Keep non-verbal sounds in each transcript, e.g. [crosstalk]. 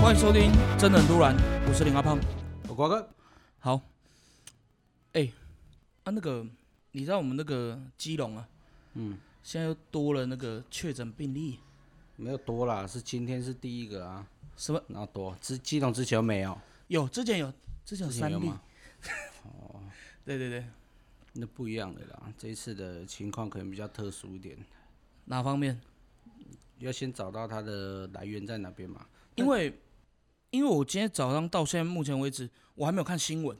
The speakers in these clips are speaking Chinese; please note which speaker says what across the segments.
Speaker 1: 欢迎收听《真的很突然》，我是林阿胖。
Speaker 2: 我瓜哥，
Speaker 1: 好，哎、啊那个，你知道我们那个基隆啊，
Speaker 2: 嗯，
Speaker 1: 现在又多了那个确诊病例，
Speaker 2: 没有多啦，是今天是第一个啊，
Speaker 1: 什么
Speaker 2: 哪有多？之基隆之前没有，
Speaker 1: 有？之前有，之前有
Speaker 2: 之
Speaker 1: 三
Speaker 2: 前有
Speaker 1: 例
Speaker 2: 吗。？
Speaker 1: 对对对，
Speaker 2: 那不一样的啦，这一次的情况可能比较特殊一点，
Speaker 1: 哪方面？
Speaker 2: 要先找到它的来源在哪边嘛。
Speaker 1: 因为因为我今天早上到现在目前为止，我还没有看新闻，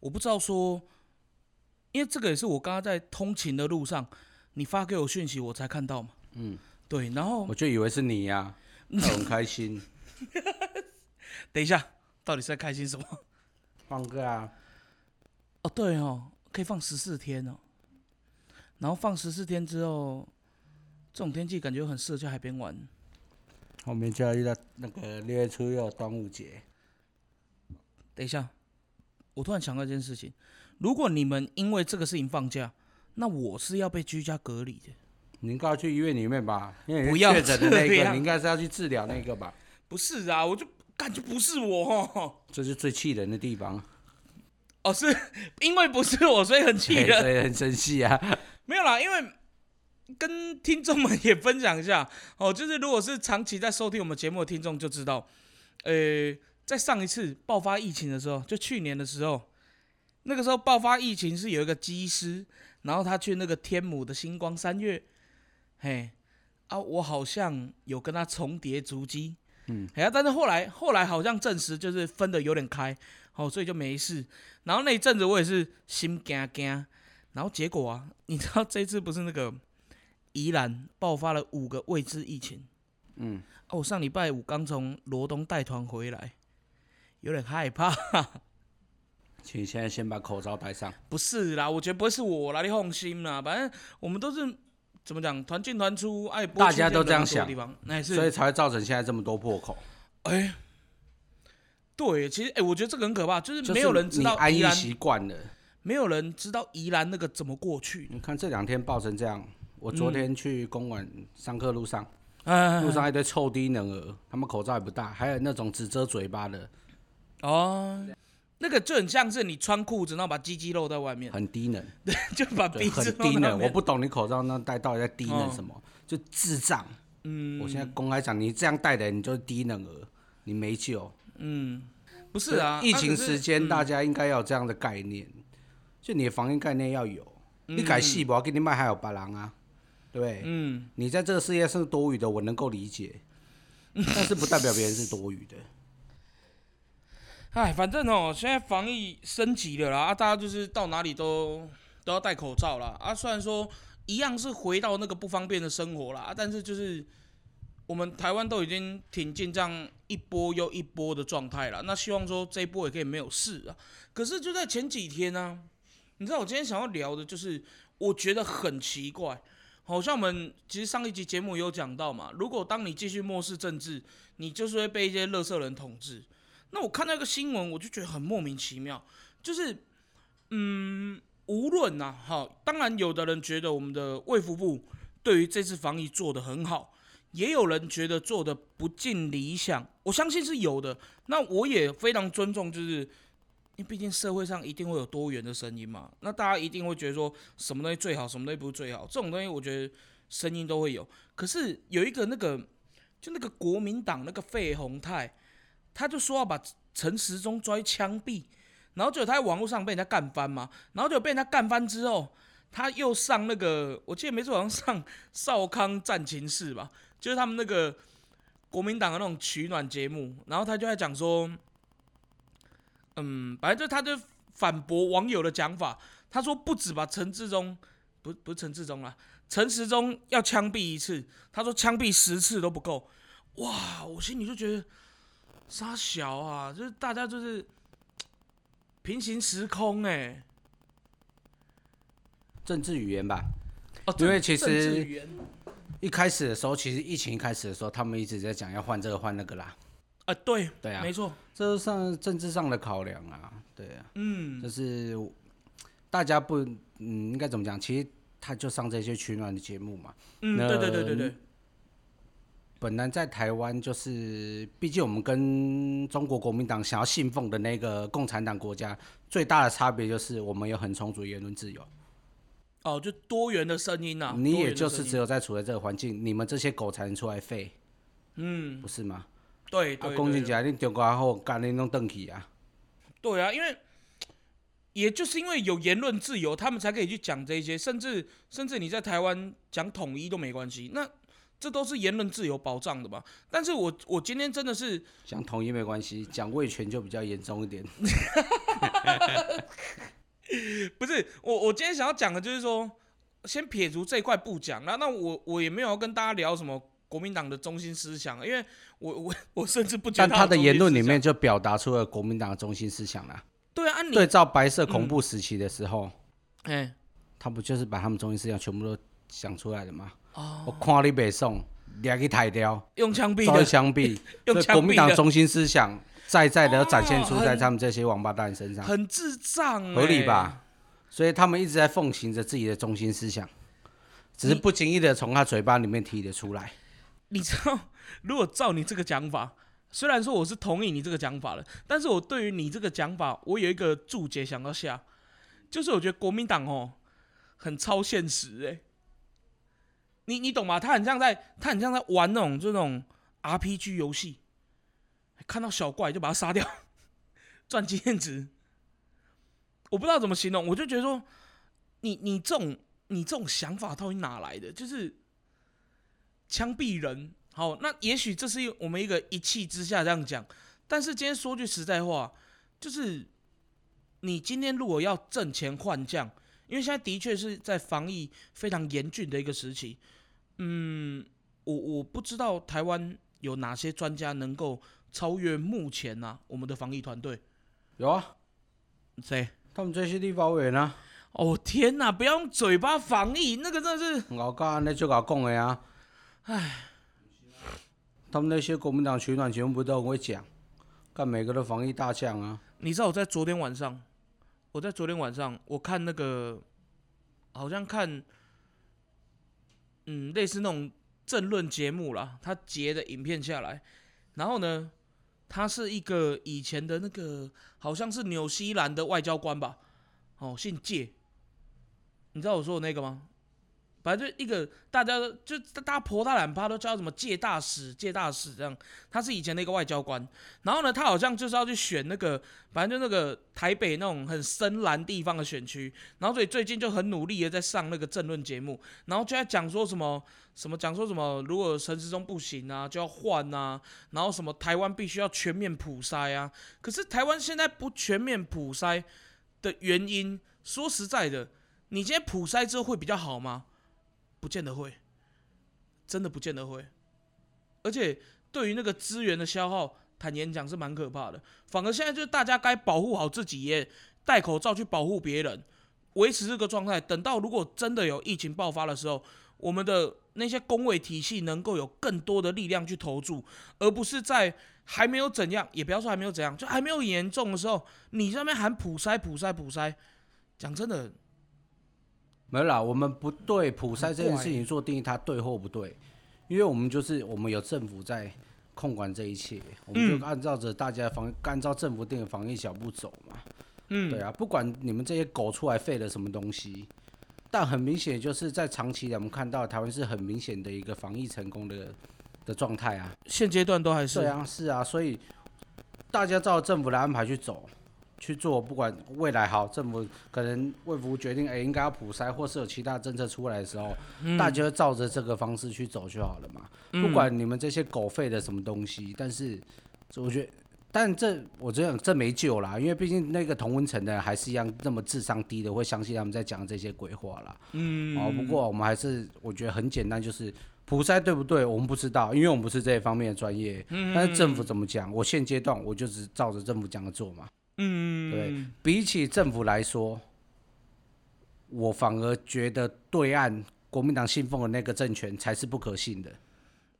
Speaker 1: 我不知道说，因为这个也是我刚刚在通勤的路上，你发给我讯息我才看到嘛。嗯，对，然后
Speaker 2: 我就以为是你呀、那很开
Speaker 1: [laughs]
Speaker 2: 心，
Speaker 1: 等一下，到底是在开心什么？
Speaker 2: 放个啊，
Speaker 1: 哦，对哦，可以放十四天哦。然后放十四天之后，这种天气感觉很适合去海边玩。
Speaker 2: 后面就要遇到那个六月初又有端午节，
Speaker 1: 等一下，我突然想到一件事情：如果你们因为这个事情放假，那我是要被居家隔离的。
Speaker 2: 你应该要去医院里面吧，因为你是
Speaker 1: 不要
Speaker 2: 确诊的那
Speaker 1: 这
Speaker 2: 个，
Speaker 1: 样
Speaker 2: 你应该是要去治疗那个吧，
Speaker 1: 不是啊，我就感觉不是我哦，
Speaker 2: 这是最气人的地方，
Speaker 1: 哦，是因为不是我，所以很气
Speaker 2: 嘿
Speaker 1: 人。
Speaker 2: [laughs] 所以很生气啊。
Speaker 1: 没有啦，因为跟听众们也分享一下 [laughs] 哦，就是如果是长期在收听我们节目的听众就知道，呃，在上一次爆发疫情的时候，就去年的时候，那个时候爆发疫情是有一个机师，然后他去那个天母的星光三月，嘿，啊，我好像有跟他重叠足迹。嗯，哎呀，但是后来后来好像证实就是分的有点开，哦，所以就没事。然后那一阵子我也是心惊惊，然后结果啊，你知道这次不是那个宜兰爆发了五个未知疫情？
Speaker 2: 嗯，
Speaker 1: 哦，我上礼拜五刚从罗东带团回来，有点害怕。 [laughs]
Speaker 2: 请现在先把口罩戴上。
Speaker 1: 不是啦，我觉得不会是我啦，你放心啦，反正我们都是怎么讲，团进团出，爱播
Speaker 2: 大家都这样想
Speaker 1: 地方，那、
Speaker 2: 所以
Speaker 1: 是
Speaker 2: 才会造成现在这么多破口。
Speaker 1: 哎。对，其实哎，我觉得这个很可怕，就是
Speaker 2: 就是
Speaker 1: 没有人知道
Speaker 2: 你安
Speaker 1: 宜
Speaker 2: 逸
Speaker 1: 兰，
Speaker 2: 习惯了。
Speaker 1: 没有人知道宜兰那个怎么过去。
Speaker 2: 你看这两天爆成这样，我昨天去公馆上课路上，
Speaker 1: 哎，
Speaker 2: 路上一堆臭低能儿，他们口罩也不戴，还有那种只遮嘴巴的，
Speaker 1: 哦，那个就很像是你穿裤子，然后把鸡鸡露在外面，
Speaker 2: 很低能，
Speaker 1: [laughs] 就把
Speaker 2: 对，
Speaker 1: [laughs] 鼻
Speaker 2: 很
Speaker 1: 子
Speaker 2: 低
Speaker 1: 弄到
Speaker 2: 能。
Speaker 1: 面
Speaker 2: 我不懂你口罩那戴到底在低能什么，就智障。嗯，我现在公开讲，你这样戴的你就是低能儿，你没救。
Speaker 1: 不是啊，嗯
Speaker 2: 疫
Speaker 1: 啊
Speaker 2: 情
Speaker 1: 可是
Speaker 2: 时间大家应该要有这样的概念，就你的防疫概念要有。你改戏不要给你卖，还有白狼啊，对不对？
Speaker 1: 嗯，
Speaker 2: 你在这个世界上是多余的，我能够理解，但是不代表别人是多余的。
Speaker 1: 哎，反正哦，现在防疫升级了啦，啊，大家就是到哪里都都要戴口罩啦，啊，虽然说一样是回到那个不方便的生活啦，啊，但是就是我们台湾都已经挺进这样一波又一波的状态了，那希望说这一波也可以没有事啊。可是就在前几天呢、你知道我今天想要聊的就是，我觉得很奇怪。好像我们其实上一集节目有讲到嘛，如果当你继续漠视政治，你就是会被一些乐色人统治。那我看到一个新闻，我就觉得很莫名其妙，就是，嗯，无论呐、啊，好，当然有的人觉得我们的卫福部对于这次防疫做得很好，也有人觉得做得不尽理想，我相信是有的。那我也非常尊重，就是因为毕竟社会上一定会有多元的声音嘛，那大家一定会觉得说什么东西最好，什么东西不是最好，这种东西我觉得声音都会有。可是有一个那个，就那个国民党那个费鸿泰，他就说要把陈时中抓去枪毙，然后就他在网络上被人家干翻嘛，然后就被人家干翻之后，他又上那个，我记得没错，好像上少康战情室吧，就是他们那个国民党的那种取暖节目，然后他就在讲说，嗯，反正就他就反驳网友的讲法，他说不止把陈志忠，不不是陈志忠啦，陈时中要枪毙一次，他说枪毙十次都不够，哇，我心里就觉得。傻小啊，就是大家就是平行时空哎、
Speaker 2: 政治语言吧，
Speaker 1: 哦，
Speaker 2: 因为
Speaker 1: 政
Speaker 2: 其
Speaker 1: 政治
Speaker 2: 实
Speaker 1: 语言
Speaker 2: 一开始的时候，其实疫情一开始的时候，他们一直在讲要换这个换那个啦，
Speaker 1: 啊，对，
Speaker 2: 对啊
Speaker 1: 没，错，
Speaker 2: 这是上政治上的考量啊，对啊，
Speaker 1: 嗯，
Speaker 2: 就是大家不，嗯，应该怎么讲？其实他就上这些取暖的节目嘛，
Speaker 1: 嗯，
Speaker 2: 那
Speaker 1: 对对对对对，
Speaker 2: 本来在台湾就是，毕竟我们跟中国国民党想要信奉的那个共产党国家最大的差别就是，我们有很充足的言论自由。
Speaker 1: 哦，就多元的声音呐、啊，多
Speaker 2: 你
Speaker 1: 元
Speaker 2: 也
Speaker 1: 的
Speaker 2: 就是
Speaker 1: 声音
Speaker 2: 只有在处在这个环境，你们这些狗才能出来吠，
Speaker 1: 嗯，
Speaker 2: 不是吗？
Speaker 1: 对
Speaker 2: 啊
Speaker 1: 对，
Speaker 2: 讲
Speaker 1: 对
Speaker 2: 真正，你中国好干，你弄邓去啊，
Speaker 1: 对啊，因为也就是因为有言论自由，他们才可以去讲这些，甚至甚至你在台湾讲统一都没关系，那这都是言论自由保障的嘛。但是我我今天真的是
Speaker 2: 讲统一没关系，讲魏权就比较严重一点。
Speaker 1: 不是我我今天想要讲的就是说，先撇除这一块不讲，那那我我也没有要跟大家聊什么。国民党的中心思想，因为我我 [laughs] 我甚至不觉
Speaker 2: 但
Speaker 1: 得
Speaker 2: 他
Speaker 1: 的
Speaker 2: 的
Speaker 1: 中
Speaker 2: 言
Speaker 1: 心
Speaker 2: 论
Speaker 1: 思
Speaker 2: 里
Speaker 1: 想
Speaker 2: 面就表达出了国民党的中心思想啦。
Speaker 1: 对啊，啊你
Speaker 2: 对照白色恐怖时期的时候，
Speaker 1: 哎、
Speaker 2: 他不就是把他们中心思想全部都想出来了吗？
Speaker 1: 哦
Speaker 2: 我看你北宋，你还去抬掉，
Speaker 1: 用枪毙
Speaker 2: 遭
Speaker 1: 的
Speaker 2: 一枪毙，
Speaker 1: [laughs] 用
Speaker 2: 所以
Speaker 1: 枪
Speaker 2: 国民
Speaker 1: 毙
Speaker 2: 党
Speaker 1: 的
Speaker 2: 中心思想再再的展现出
Speaker 1: 哦
Speaker 2: 在
Speaker 1: 很
Speaker 2: 他们这些王八蛋身上，
Speaker 1: 很智障、欸，
Speaker 2: 合理吧？所以他们一直在奉行着自己的中心思想，只是不经意的从他嘴巴里面提了出来。
Speaker 1: 你知道，如果照你这个讲法，虽然说我是同意你这个讲法了，但是我对于你这个讲法，我有一个注解想要下，就是我觉得国民党哦，很超现实哎、你你懂吗？他很像在，他很像在玩那种这种 RPG 游戏，看到小怪就把他杀掉， [laughs] 赚经验值。我不知道怎么形容，我就觉得说，你你这种你这种想法到底哪来的？就是枪毙人。好，那也许这是我们一个一气之下这样讲，但是今天说句实在话，就是你今天如果要挣钱换将，因为现在的确是在防疫非常严峻的一个时期，嗯，我我不知道台湾有哪些专家能够超越目前啊我们的防疫团队，
Speaker 2: 有啊，
Speaker 1: 谁？
Speaker 2: 他们这些立法委员啊，
Speaker 1: 哦天哪！不要用嘴巴防疫，那个真的是
Speaker 2: 老干那就搞讲的啊，唉，他们那些国民党取暖全部都很会讲，干每个都防疫大将啊。
Speaker 1: 你知道我在昨天晚上，我在昨天晚上我看那个，好像看，嗯，类似那种政论节目啦，他截的影片下来，然后呢，他是一个以前的那个好像是纽西兰的外交官吧，哦，姓介，你知道我说的那个吗？反正就一个大家都就大家婆大懒趴都叫他什么介大使、介大使这样，他是以前的一个外交官，然后呢，他好像就是要去选那个反正就那个台北那种很深蓝地方的选区，然后所以最近就很努力的在上那个政论节目，然后就在讲说什么什么讲说什么，如果陈时中不行啊，就要换啊，然后什么台湾必须要全面普筛啊，可是台湾现在不全面普筛的原因，说实在的，你今天普筛之后会比较好吗？不见得会，真的不见得会，而且对于那个资源的消耗，坦言讲是蛮可怕的。反而现在就是大家该保护好自己，也戴口罩去保护别人，维持这个状态。等到如果真的有疫情爆发的时候，我们的那些工位体系能够有更多的力量去投注，而不是在还没有怎样，也不要说还没有怎样，就还没有严重的时候，你在那边喊普筛、普筛、普筛。讲真的，
Speaker 2: 没有啦，我们不对普筛这件
Speaker 1: 很
Speaker 2: 事情做定义，它对或不对，因为我们就是我们有政府在控管这一切，我们就按照着大家防按照政府定的防疫小步走嘛。
Speaker 1: 嗯，
Speaker 2: 对啊，不管你们这些狗出来废了什么东西，但很明显就是在长期来我们看到台湾是很明显的一个防疫成功的的状态啊。
Speaker 1: 现阶段都还是
Speaker 2: 对啊，是啊，所以大家照政府的安排去走。去做，不管未来好，政府可能卫福决定，哎、应该要普筛，或是有其他政策出来的时候，大家就照着这个方式去走就好了嘛。
Speaker 1: 嗯
Speaker 2: 不管你们这些狗吠的什么东西，但是这我觉得，但这我觉得这没救啦，因为毕竟那个同温层的人还是一样那么智商低的，会相信他们在讲这些鬼话啦。嗯，哦，不过我们还是我觉得很简单，就是普筛对不对，我们不知道，因为我们不是这一方面的专业。嗯，但是政府怎么讲，我现阶段我就只照着政府讲的做嘛。
Speaker 1: 嗯，
Speaker 2: 对，比起政府来说，我反而觉得对岸国民党信奉的那个政权才是不可信的。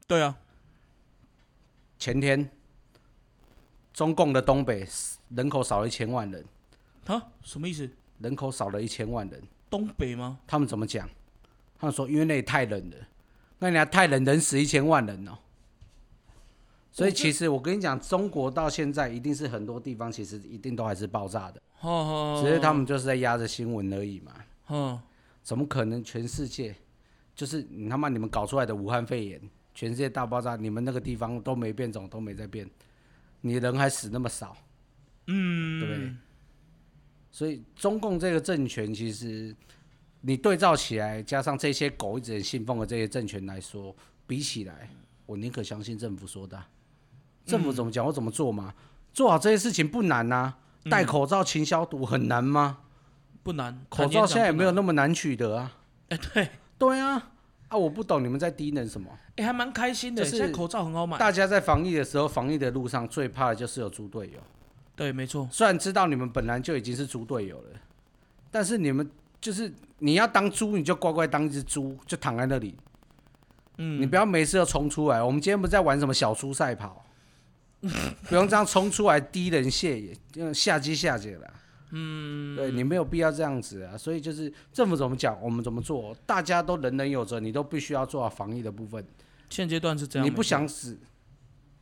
Speaker 1: 对啊，
Speaker 2: 前天，中共的东北死人口少了一千万人，
Speaker 1: 啊，什么意思？
Speaker 2: 人口少了一千万人，
Speaker 1: 东北吗？
Speaker 2: 他们怎么讲？他们说因为那里太冷了，那你还太冷，人死一千万人哦、所以其实我跟你讲，中国到现在一定是很多地方其实一定都还是爆炸的，
Speaker 1: 哦，
Speaker 2: 只是他们就是在压着新闻而已嘛。
Speaker 1: 嗯，
Speaker 2: 怎么可能全世界就是你他妈你们搞出来的武汉肺炎，全世界大爆炸，你们那个地方都没变种，都没在变，你人还死那么少，嗯，对不对？所以中共这个政权，其实你对照起来，加上这些狗一直很信奉的这些政权来说，比起来，我宁可相信政府说的啊、政府怎么讲我怎么做嘛，做好这些事情不难呐、啊戴口罩、勤消毒很难吗？
Speaker 1: 不难，
Speaker 2: 口罩现在也没有
Speaker 1: 哎、
Speaker 2: 那么难取得啊。
Speaker 1: 对，哎、
Speaker 2: 对啊，啊，我不懂你们在低能什么。
Speaker 1: 还蛮开心的，
Speaker 2: 就是
Speaker 1: 现在口罩很好买，
Speaker 2: 大家在防疫的时候，防疫的路上最怕的就是有猪队友。
Speaker 1: 对，没错，
Speaker 2: 虽然知道你们本来就已经是猪队友了，但是你们就是你要当猪，你就乖乖当一只猪，就躺在那里。嗯，你不要没事就冲出来。我们今天不是在玩什么小猪
Speaker 1: [laughs]
Speaker 2: 赛跑，不用这样冲出来低人谢也，呃下鸡下姐了。嗯，对你没有必要这样子啊。所以就是政府怎么讲，我们怎么做，大家都人人有责，你都必须要做好防疫的部分。
Speaker 1: 现阶段是这样，
Speaker 2: 你不想死，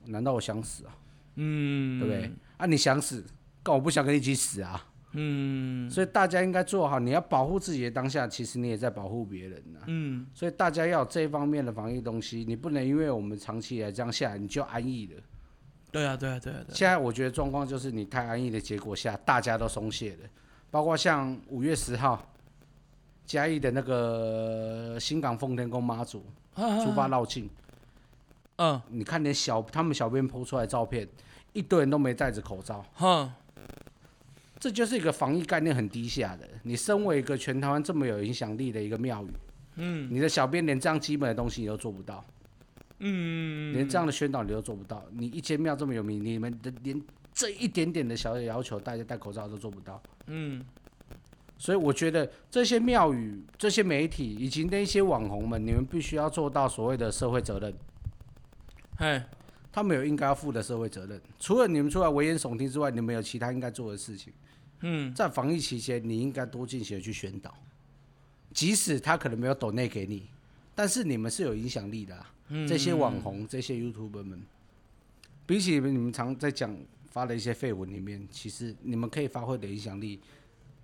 Speaker 2: 难道我想死啊？
Speaker 1: 嗯，
Speaker 2: 对不对？？啊，你想死，但我不想跟你一起死啊。
Speaker 1: 嗯
Speaker 2: 所以大家应该做好，你要保护自己的当下，其实你也在保护别人呐、
Speaker 1: 嗯，
Speaker 2: 所以大家要有这一方面的防疫东西，你不能因为我们长期以来这样下来，你就安逸了。
Speaker 1: 对啊，对啊，对啊，对啊，
Speaker 2: 现在我觉得状况就是你太安逸的结果下，大家都松懈了，包括像五月十号。嘉义的那个新港奉天宫妈祖
Speaker 1: 啊
Speaker 2: 出发绕境，
Speaker 1: 嗯，
Speaker 2: 你看连小他们小编 PO 出来的照片，一堆人都没戴着口罩，
Speaker 1: 哼，
Speaker 2: 这就是一个防疫概念很低下的。你身为一个全台湾这么有影响力的一个庙宇，嗯，你的小编连这样基本的东西你都做不到，
Speaker 1: 嗯，
Speaker 2: 连这样的宣导你都做不到。你一间庙这么有名，你们的连这一点点的小小要求，大家戴口罩都做不到。
Speaker 1: 嗯，
Speaker 2: 所以我觉得这些庙宇、这些媒体以及那些网红们，你们必须要做到所谓的社会责任。
Speaker 1: 嘿，
Speaker 2: 他们有应该要负的社会责任。除了你们出来危言耸听之外，你们有其他应该做的事情。
Speaker 1: 嗯，
Speaker 2: 在防疫期间，你应该多进行地去宣导，即使他可能没有抖内给你，但是你们是有影响力的、啊。
Speaker 1: 嗯
Speaker 2: 这些网红、这些 YouTuber 们，比起你们常在讲发的一些绯闻里面，其实你们可以发挥的影响力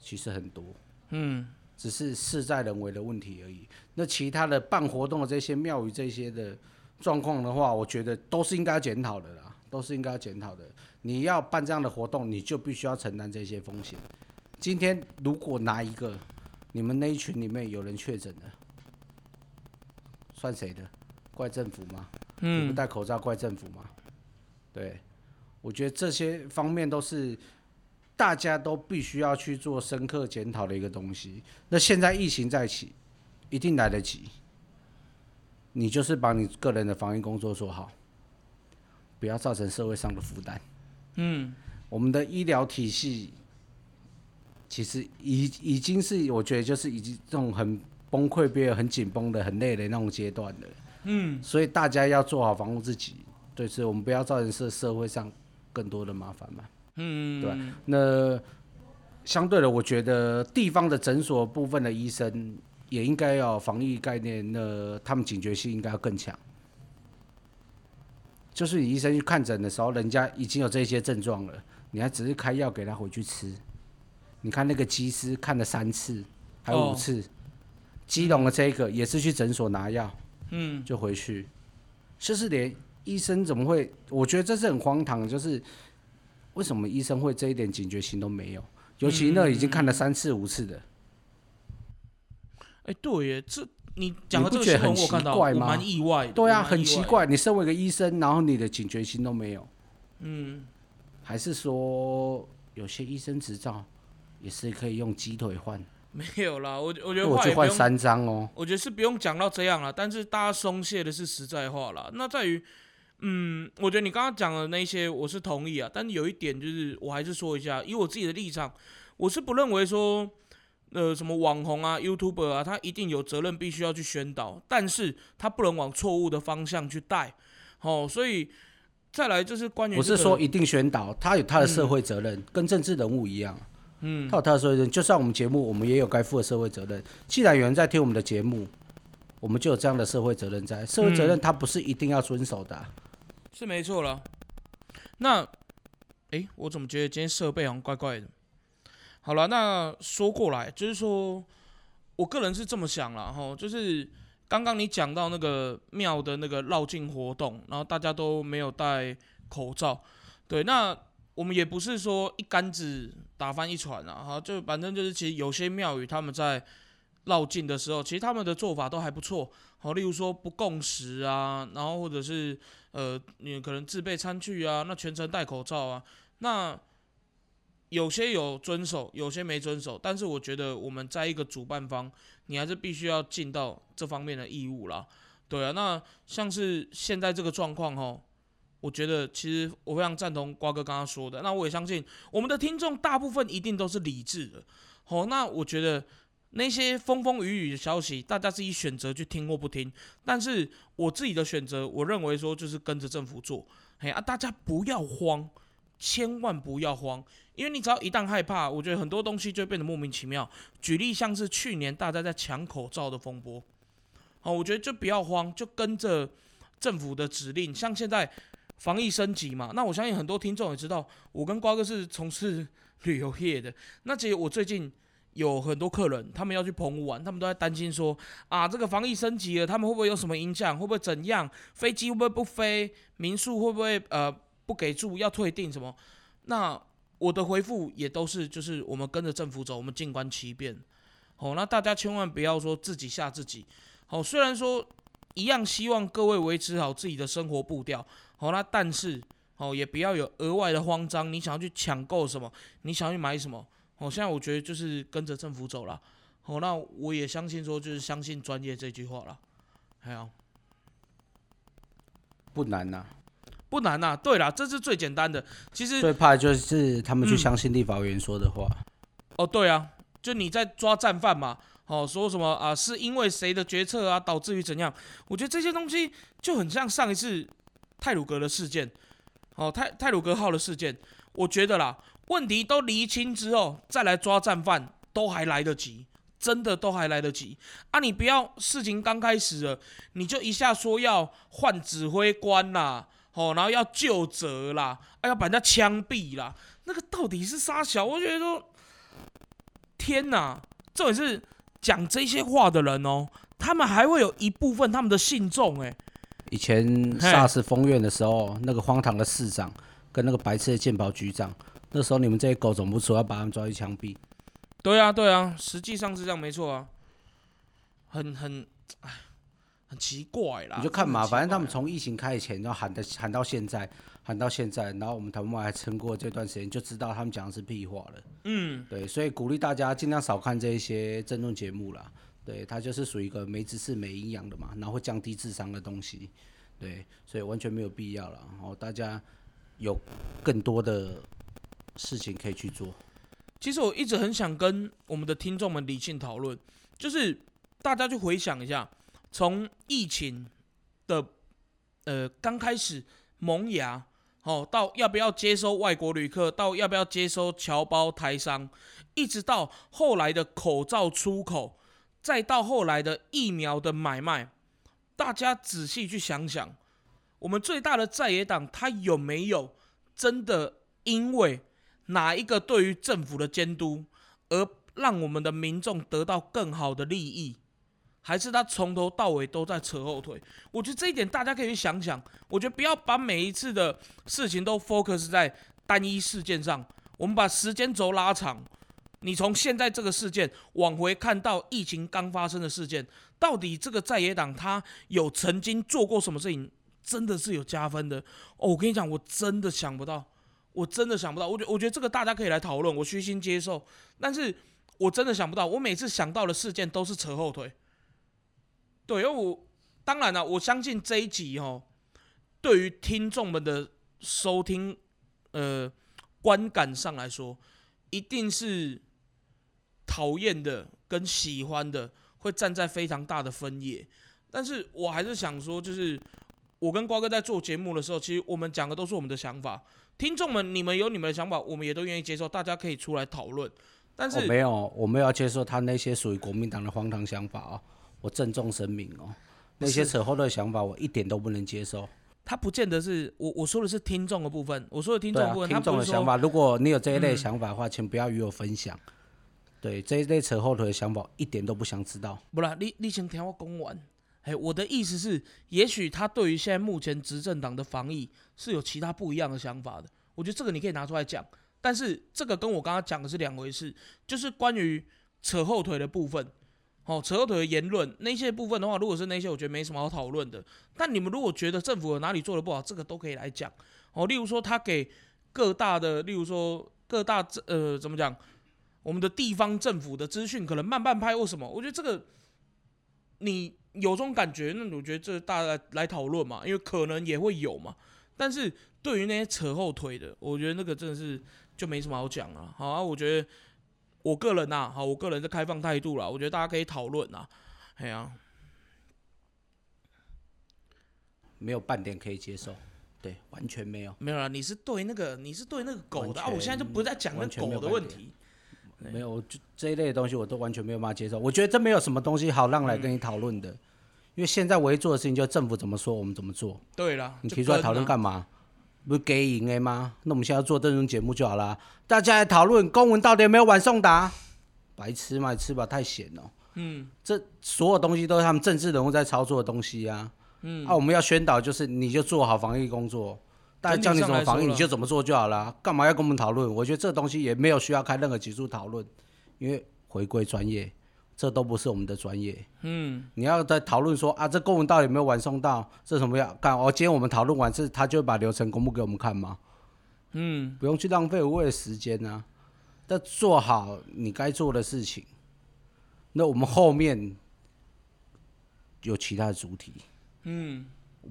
Speaker 2: 其实很多。
Speaker 1: 嗯，
Speaker 2: 只是事在人为的问题而已。那其他的办活动的这些庙宇这些的状况的话，我觉得都是应该要检讨的啦，都是应该要检讨的。你要办这样的活动，你就必须要承担这些风险。今天如果拿一个你们那一群里面有人确诊了，算谁的？怪政府吗？你不
Speaker 1: 嗯，
Speaker 2: 戴口罩怪政府吗？对，我觉得这些方面都是大家都必须要去做深刻检讨的一个东西。那现在疫情再起，一定来得及。你就是把你个人的防疫工作做好，不要造成社会上的负担。
Speaker 1: 嗯，
Speaker 2: 我们的医疗体系其实已已经是我觉得就是已经这种很崩溃、变得很紧绷的、很累的那种阶段了。嗯，所以大家要做好防护自己，对，所以我们不要造成社社会上更多的麻烦嘛。嗯，对吧那相对的，我觉得地方的诊所部分的医生也应该要有防疫概念，那他们警觉性应该要更强。就是你医生去看诊的时候，人家已经有这些症状了，你还只是开药给他回去吃。你看那个技师看了三次，还
Speaker 1: 哦
Speaker 2: 五次，基隆的这个也是去诊所拿药，嗯，就回去，就是连医生怎么会？我觉得这是很荒唐的，就是为什么医生会这一点警觉性都没有？尤其那已经看
Speaker 1: 嗯
Speaker 2: 了三次五次的，
Speaker 1: 哎，对耶，这你讲
Speaker 2: 你
Speaker 1: 的
Speaker 2: 不
Speaker 1: 这个
Speaker 2: 觉得
Speaker 1: 新闻
Speaker 2: 很
Speaker 1: 我看到，
Speaker 2: 奇
Speaker 1: 我
Speaker 2: 怪吗
Speaker 1: 蛮意外的，
Speaker 2: 对啊，
Speaker 1: 我蛮
Speaker 2: 很
Speaker 1: 意
Speaker 2: 奇
Speaker 1: 外的，
Speaker 2: 怪。你身为一个医生，然后你的警觉性都没有，
Speaker 1: 嗯，
Speaker 2: 还是说有些医生执照也是可以用鸡腿换？
Speaker 1: 没有啦，我我觉得
Speaker 2: 我
Speaker 1: 话
Speaker 2: 去
Speaker 1: 也不
Speaker 2: 换
Speaker 1: 用
Speaker 2: 三张哦。
Speaker 1: 我觉得是不用讲到这样了，但是大家松懈的是实在话了。那在于，嗯，我觉得你刚刚讲的那些我是同意啊，但有一点就是，我还是说一下，以我自己的立场，我是不认为说，呃，什么网红啊、YouTuber 啊，他一定有责任必须要去宣导，但是他不能往错误的方向去带。哦，所以再来就是关于、
Speaker 2: 我
Speaker 1: 这个嗯
Speaker 2: 是说，一定宣导，他有他的社会责任，跟政治人物一样。嗯，他有他的社会责任，就算我们节目，我们也有该负的社会责任。既然有人在听我们的
Speaker 1: 嗯
Speaker 2: 节目，我们就有这样的社会责任在。社会责任它不是一定要遵守的啊、
Speaker 1: 是没错了。那，诶，我怎么觉得今天设备好像怪怪的？好了，那说过来，就是说我个人是这么想了哈，就是刚刚你讲到那个庙的那个绕境活动，然后大家都没有戴口罩，对，那我们也不是说一竿子打翻一船啊，哈，就反正就是其实有些庙宇他们在绕境的时候，其实他们的做法都还不错，好，例如说不共识啊，然后或者是呃，你可能自备餐具啊，那全程戴口罩啊，那有些有遵守，有些没遵守，但是我觉得我们在一个主办方，你还是必须要尽到这方面的义务啦。对啊，那像是现在这个状况吼，我觉得其实我非常赞同瓜哥刚刚说的，那我也相信我们的听众大部分一定都是理智的。好，那我觉得那些风风雨雨的消息，大家自己选择去听或不听，但是我自己的选择，我认为说就是跟着政府做。嘿啊，大家不要慌，千万不要慌，因为你只要一旦害怕，我觉得很多东西就会变得莫名其妙。举例像是去年大家在抢口罩的风波，好，我觉得就不要慌，就跟着政府的指令。像现在防疫升级嘛，那我相信很多听众也知道，我跟瓜哥是从事旅游业的。那其实我最近有很多客人，他们要去澎湖玩，他们都在担心说啊，这个防疫升级了，他们会不会有什么影响？会不会怎样？飞机会不会不飞？民宿会不会呃不给住要退订什么？那我的回复也都是，就是我们跟着政府走，我们静观其变。好、那大家千万不要说自己吓自己。好、虽然说一样希望各位维持好自己的生活步调。好、那但是哦也不要有额外的慌张。你想要去抢购什么？你想要去买什么？哦，现在我觉得就是跟着政府走啦。好、那我也相信说，就是相信专业这句话啦。啊还有、
Speaker 2: 不难啊呐、
Speaker 1: 不难呐、对啦，这是最简单的。其实
Speaker 2: 最怕就是他们去
Speaker 1: 嗯
Speaker 2: 相信立法委员说的话。
Speaker 1: 哦，对啊，就你在抓战犯嘛，哦，说什么啊，是因为谁的决策啊，导致于怎样？我觉得这些东西就很像上一次泰鲁格的事件，哦，泰泰鲁格号的事件，我觉得啦，问题都厘清之后再来抓战犯，都还来得及。真的都还来得及啊！你不要事情刚开始了，你就一下说要换指挥官啦，哦，然后要就责啦，啊，要把人家枪毙啦，那个到底是啥小？我觉得说天呐，重点是讲这些话的人哦，他们还会有一部分他们的信众哎，
Speaker 2: 以前
Speaker 1: 嘿
Speaker 2: SARS 封院的时候，那个荒唐的市长跟那个白痴的鉴宝局长，那时候你们这些狗总不出要把他们抓去枪毙，
Speaker 1: 对啊对啊，实际上是这样没错啊，很很唉很奇怪啦，
Speaker 2: 你就看嘛，
Speaker 1: 真的
Speaker 2: 反
Speaker 1: 很奇怪啊
Speaker 2: 正他们从疫情开以前，然后喊的喊到现在，喊到现在，然后我们台湾还撑过这段时间，就知道他们讲的是屁话了。嗯，对，所以鼓励大家尽量少看这一些政论节目啦。对，它就是属于一个没知识、没营养的嘛，然后会降低智商的东西。对，所以完全没有必要了。然后大家有更多的事情可以去做。
Speaker 1: 其实我一直很想跟我们的听众们理性讨论，就是大家去回想一下，从疫情的呃刚开始萌芽，哦，到要不要接收外国旅客，到要不要接收侨胞台商，一直到后来的口罩出口，再到后来的疫苗的买卖，大家仔细去想想，我们最大的在野党，他有没有真的因为？哪一个对于政府的监督，而让我们的民众得到更好的利益，还是他从头到尾都在扯后腿？我觉得这一点大家可以去想想。我觉得不要把每一次的事情都 focus 在单一事件上，我们把时间轴拉长。你从现在这个事件往回看到疫情刚发生的事件，到底这个在野党他有曾经做过什么事情，真的是有加分的哦！我跟你讲，我真的想不到。我真的想不到，我觉我觉得这个大家可以来讨论，我虚心接受，但是我真的想不到，我每次想到的事件都是扯后腿。对，因为我当然了、我相信这一集哦，对于听众们的收听呃观感上来说，一定是讨厌的跟喜欢的会站在非常大的分野，但是我还是想说，就是我跟瓜哥在做节目的时候，其实我们讲的都是我们的想法。听众们，你们有你们的想法，我们也都愿意接受，大家可以出来讨论。但是
Speaker 2: 我、哦没有，我没有要接受他那些属于国民党的荒唐想法哦，我郑重声明哦，那些扯后的想法我一点都不能接受。
Speaker 1: 他不见得是我我说的是听众的部分，我说的听
Speaker 2: 对
Speaker 1: 众的
Speaker 2: 啊
Speaker 1: 部，分，
Speaker 2: 听
Speaker 1: 他
Speaker 2: 众
Speaker 1: 不
Speaker 2: 的
Speaker 1: 是
Speaker 2: 想
Speaker 1: 说嗯
Speaker 2: 法，如果你有这一类想法的话，请不要与我分享。对这一类扯后腿的想法，一点都不想知道。
Speaker 1: 不啦，你你先听我讲完。哎，我的意思是，也许他对于现在目前执政党的防疫是有其他不一样的想法的。我觉得这个你可以拿出来讲，但是这个跟我刚刚讲的是两回事，就是关于扯后腿的部分。哦，扯后腿的言论那些部分的话，如果是那些，我觉得没什么好讨论的。但你们如果觉得政府有哪里做的不好，这个都可以来讲。哦，例如说他给各大的，例如说各大政呃怎么讲，我们的地方政府的资讯可能慢半拍或什么，我觉得这个你有这种感觉，那我觉得这大家来来讨论嘛，因为可能也会有嘛。但是对于那些扯后腿的，我觉得那个真的是就没什么好讲了。好啊，我觉得我个人呐、好，我个人的开放态度啦，我觉得大家可以讨论啊。哎呀、
Speaker 2: 没有半点可以接受，对，完全没有，
Speaker 1: 没有啦，你是对那个你是对那个狗的啊，
Speaker 2: 完全
Speaker 1: 我现在就不再讲那
Speaker 2: 完全没
Speaker 1: 狗
Speaker 2: 有
Speaker 1: 的
Speaker 2: 观
Speaker 1: 问
Speaker 2: 点
Speaker 1: 题。
Speaker 2: 没有，就这一类的东西我都完全没有办法接受。我觉得这没有什么东西好让来跟你讨论的，
Speaker 1: 嗯
Speaker 2: 因为现在唯一做的事情就是政府怎么说我们怎么做。
Speaker 1: 对啦，
Speaker 2: 你
Speaker 1: 就
Speaker 2: 提出来
Speaker 1: 跟
Speaker 2: 讨论
Speaker 1: 啊
Speaker 2: 干嘛？不是给赢 A 吗？那我们现在做这种节目就好啦。大家来讨论公文到底有没有晚送达？白痴嘛，吃吧，太闲了。嗯，
Speaker 1: 啊
Speaker 2: 这所有东西都是他们政治人物在操作的东西啊。嗯，啊，我们要宣导就是你就做好防疫工作，大家教你怎么防
Speaker 1: 整
Speaker 2: 疫
Speaker 1: 体上来说啦
Speaker 2: 你就怎么做就好啦。干嘛要跟我们讨论？我觉得这东西也没有需要开任何集数讨论，因为回归专业，这都不是我们的专业。
Speaker 1: 嗯
Speaker 2: 你要在讨论说啊，这公文到底有没有完送到？这什么要干？哦，今天我们讨论完是，他就会把流程公布给我们看吗？嗯，不用去浪费无谓的时间啊。但做好你该做的事情，那我们后面有其他的主题。嗯，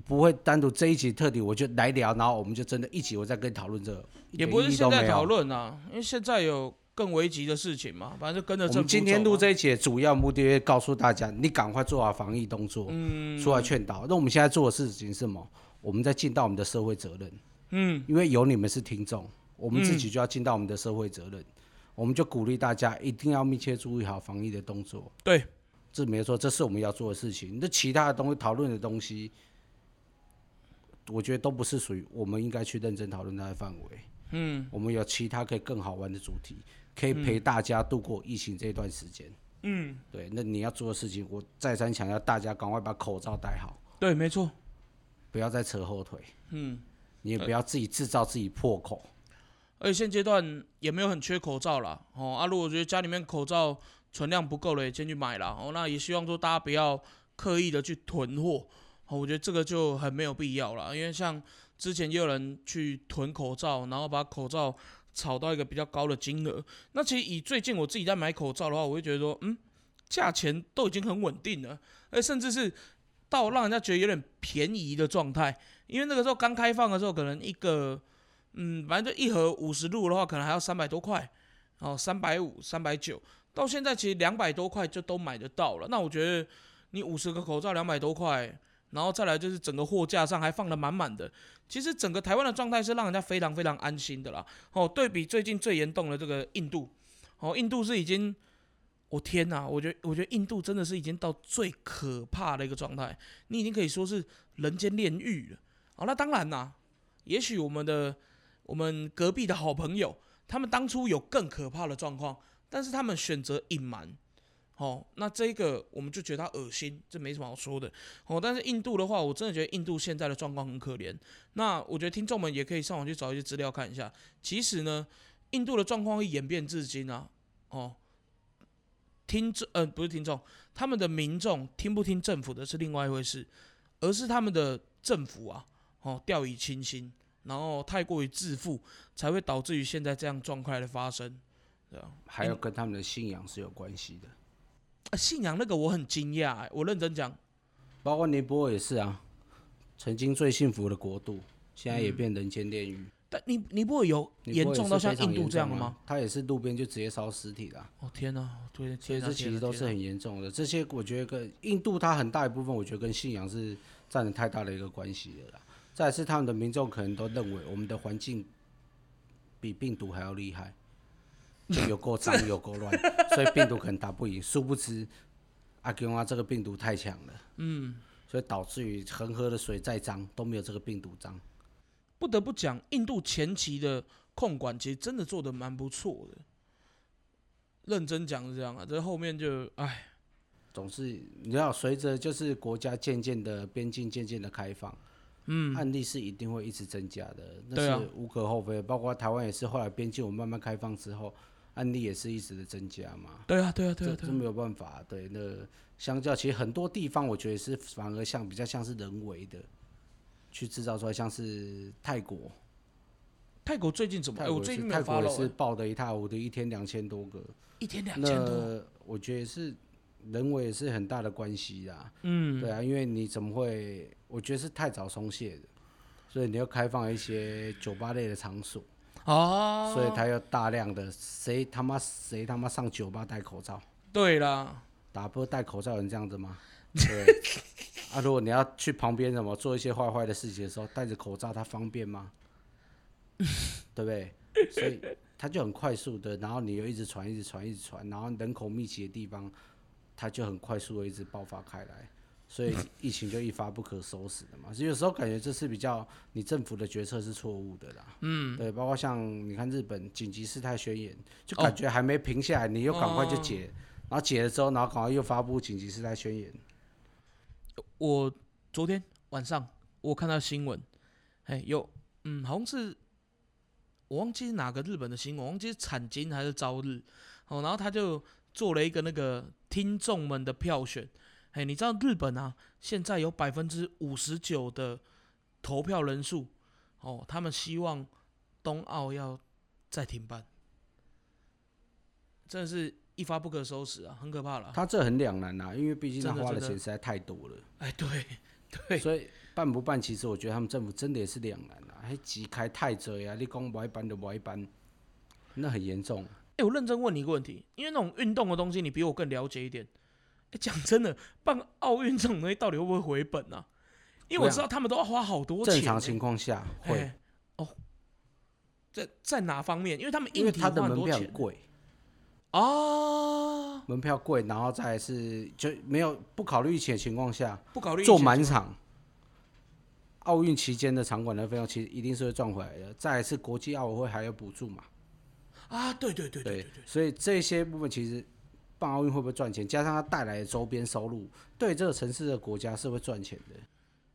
Speaker 2: 不会单独这一集特地我就来聊，然后我们就真的一起我再跟你讨论这个，
Speaker 1: 也不是
Speaker 2: 一点意义
Speaker 1: 现
Speaker 2: 都
Speaker 1: 在
Speaker 2: 没有
Speaker 1: 讨。论啊，因为现在有更危急的事情嘛，反正就跟着
Speaker 2: 我
Speaker 1: 政
Speaker 2: 们
Speaker 1: 府
Speaker 2: 今天
Speaker 1: 走
Speaker 2: 录
Speaker 1: 嘛
Speaker 2: 这一节主要目的，告诉大家，你赶快做好防疫动作，
Speaker 1: 嗯
Speaker 2: 出来劝导。那我们现在做的事情是什么？我们在尽到我们的社会责任，嗯，因为有你们是听众，我们自己就要尽到我们的社会责任。我们就鼓励大家一定要密切注意好防疫的动作，
Speaker 1: 对，
Speaker 2: 这没错，这是我们要做的事情。那其他的东西讨论的东西，我觉得都不是属于我们应该去认真讨论它的范围。嗯，我们有其他可以更好玩的主题，可以
Speaker 1: 嗯
Speaker 2: 陪大家度过疫情这段时间。嗯，对，那你要做的事情，我再三强调，大家赶快把口罩戴好，
Speaker 1: 对，没错，
Speaker 2: 不要再扯后腿。嗯，你也不要自己制造自己破口。
Speaker 1: 而且现阶段也没有很缺口罩啦。哦啊，如果觉得家里面口罩存量不够了，也先去买啦。哦，那也希望说大家不要刻意的去囤货。哦，我觉得这个就很没有必要啦，因为像之前也有人去囤口罩，然后把口罩炒到一个比较高的金额。那其实以最近我自己在买口罩的话，我会觉得说，嗯，价钱都已经很稳定了，而甚至是到让人家觉得有点便宜的状态。因为那个时候刚开放的时候，可能一个嗯，反正就一盒五十入的话，可能还要三百多块，哦，三百五、三百九，到现在其实两百多块就都买得到了。那我觉得你五十个口罩两百多块，然后再来就是整个货架上还放的满满的，其实整个台湾的状态是让人家非常非常安心的啦。哦，对比最近最严重的这个印度，哦，印度是已经。我、天呐，我觉得我觉得印度真的是已经到最可怕的一个状态，你已经可以说是人间炼狱了。好、那当然啦，也许我们的我们隔壁的好朋友， [laughs] 他们当初有更可怕的状况，但是他们选择隐瞒。哦，那这个我们就觉得他恶心，这没什么好说的。哦，但是印度的话，我真的觉得印度现在的状况很可怜。那我觉得听众们也可以上网去找一些资料看一下。其实呢，印度的状况会演变至今啊。哦，听众，呃，不是听众，他们的民众听不听政府的是另外一回事，而是他们的政府啊，哦，掉以轻心。然后太过于自负，才会导致于现在这样状态的发生。
Speaker 2: 还有跟他们的信仰是有关系的，
Speaker 1: 啊、信仰那个我很惊讶、欸，我认真讲，
Speaker 2: 包括尼泊尔也是啊，曾经最幸福的国度，现在也变人间炼狱。
Speaker 1: 但尼尼泊尔有
Speaker 2: 尼
Speaker 1: 嗯严
Speaker 2: 泊尔也是
Speaker 1: 重到像
Speaker 2: 非常
Speaker 1: 印度这样的
Speaker 2: 严重
Speaker 1: 吗
Speaker 2: 啊？？他也是路边就直接烧尸体啦、
Speaker 1: 哦天哪、啊，对，啊
Speaker 2: 所
Speaker 1: 天
Speaker 2: 以
Speaker 1: 哪
Speaker 2: 这其
Speaker 1: 天哪
Speaker 2: 实都是
Speaker 1: 天哪
Speaker 2: 很严重的。这些我觉得跟印度它很大一部分，我觉得跟信仰是占了太大的一个关系的啦。再来是他们的民众可能都认为我们的环境比病毒还要厉害，有够脏有够乱，啊所以病毒可能打不赢。殊不知阿吉娃这个病毒太强了，嗯，所以导致于恒河的水再脏都没有这个病毒脏。
Speaker 1: 不得不讲，印度前期的控管其实真的做的蛮不错的。认真讲是这样啊，这后面就哎，
Speaker 2: 总是你要随着就是国家渐渐的边境渐渐的开放，
Speaker 1: 嗯，
Speaker 2: 案例是一定会一直增加的，那
Speaker 1: 对啊
Speaker 2: 是无可厚非的。包括台湾也是后来边境我们慢慢开放之后，案例也是一直的增加嘛。
Speaker 1: 对啊，对啊，对
Speaker 2: 这
Speaker 1: 啊，对啊，
Speaker 2: 这没有办法。对，那相较其实很多地方，我觉得是反而像比较像是人为的去制造出来，像是泰国，
Speaker 1: 泰国最近怎么？哎，
Speaker 2: 泰国
Speaker 1: 我
Speaker 2: 也
Speaker 1: 最近
Speaker 2: 是
Speaker 1: 没有
Speaker 2: 泰
Speaker 1: 发
Speaker 2: 国也
Speaker 1: 了、
Speaker 2: 是爆的一塌糊涂，一天两千多个。
Speaker 1: 一天两千多，
Speaker 2: 那我觉得是人为也是很大的关系啦。
Speaker 1: 嗯，
Speaker 2: 对啊，因为你怎么会？我觉得是太早松懈的，所以你要开放一些酒吧类的场所，
Speaker 1: 啊，
Speaker 2: 所以他要大量的谁他妈谁他妈上酒吧戴口罩。
Speaker 1: 对啦，
Speaker 2: 打波戴口罩有人这样子吗？对。啊，如果你要去旁边什么做一些坏坏的事情的时候，戴着口罩，它方便吗？对不对？所以它就很快速的，然后你又一直传，一直传，一直传，然后人口密集的地方，它就很快速的一直爆发开来，所以疫情就一发不可收拾的嘛。所以有时候感觉这是比较你政府的决策是错误的啦。嗯，对，包括像你看日本紧急事态宣言，就感觉还没平下来，你又赶快就解，然后解了之后，然后赶快又发布紧急事态宣言。
Speaker 1: 我昨天晚上我看到新闻，哎，有，嗯，好像是我忘记是哪个日本的新闻，我忘记是产经还是朝日，哦，然后他就做了一个那个听众们的票选，哎，你知道日本啊，现在有百分之五十九的投票人数，哦，他们希望冬奥要再停办，真的是一发不可收拾啊，很可怕了，
Speaker 2: 他这很两难啊，因为毕竟他
Speaker 1: 真的
Speaker 2: 花的
Speaker 1: 真的
Speaker 2: 钱实在太多了。
Speaker 1: 哎，对，对，
Speaker 2: 所以办不办，其实我觉得他们政府真的也是两难啊，还急开太济啊，你讲不一办就不一办，那很严重。
Speaker 1: 哎、我认真问你一个问题，因为那种运动的东西，你比我更了解一点。哎、讲真的，办奥运这种东西到底会不会回本啊？因为我
Speaker 2: 我想
Speaker 1: 知道他们都要花好多钱欸、
Speaker 2: 正常情况下
Speaker 1: 哎
Speaker 2: 会，
Speaker 1: 哦，在在哪方面？因为他们
Speaker 2: 因
Speaker 1: 硬
Speaker 2: 为
Speaker 1: 体
Speaker 2: 它
Speaker 1: 花
Speaker 2: 的
Speaker 1: 很
Speaker 2: 门
Speaker 1: 多
Speaker 2: 票
Speaker 1: 钱
Speaker 2: 很贵，
Speaker 1: 啊，
Speaker 2: 门票贵，然后再来是就没有不考虑疫情的情况下
Speaker 1: 不考虑
Speaker 2: 做
Speaker 1: 疫情
Speaker 2: 满场。奥运期间的场馆的费用其实一定是会赚回来的，再来是国际奥委会还有补助嘛，
Speaker 1: 啊，对对对对对对，
Speaker 2: 所以这些部分其实办奥运会不会赚钱，加上它带来的周边收入，对这个城市的国家是会赚钱的，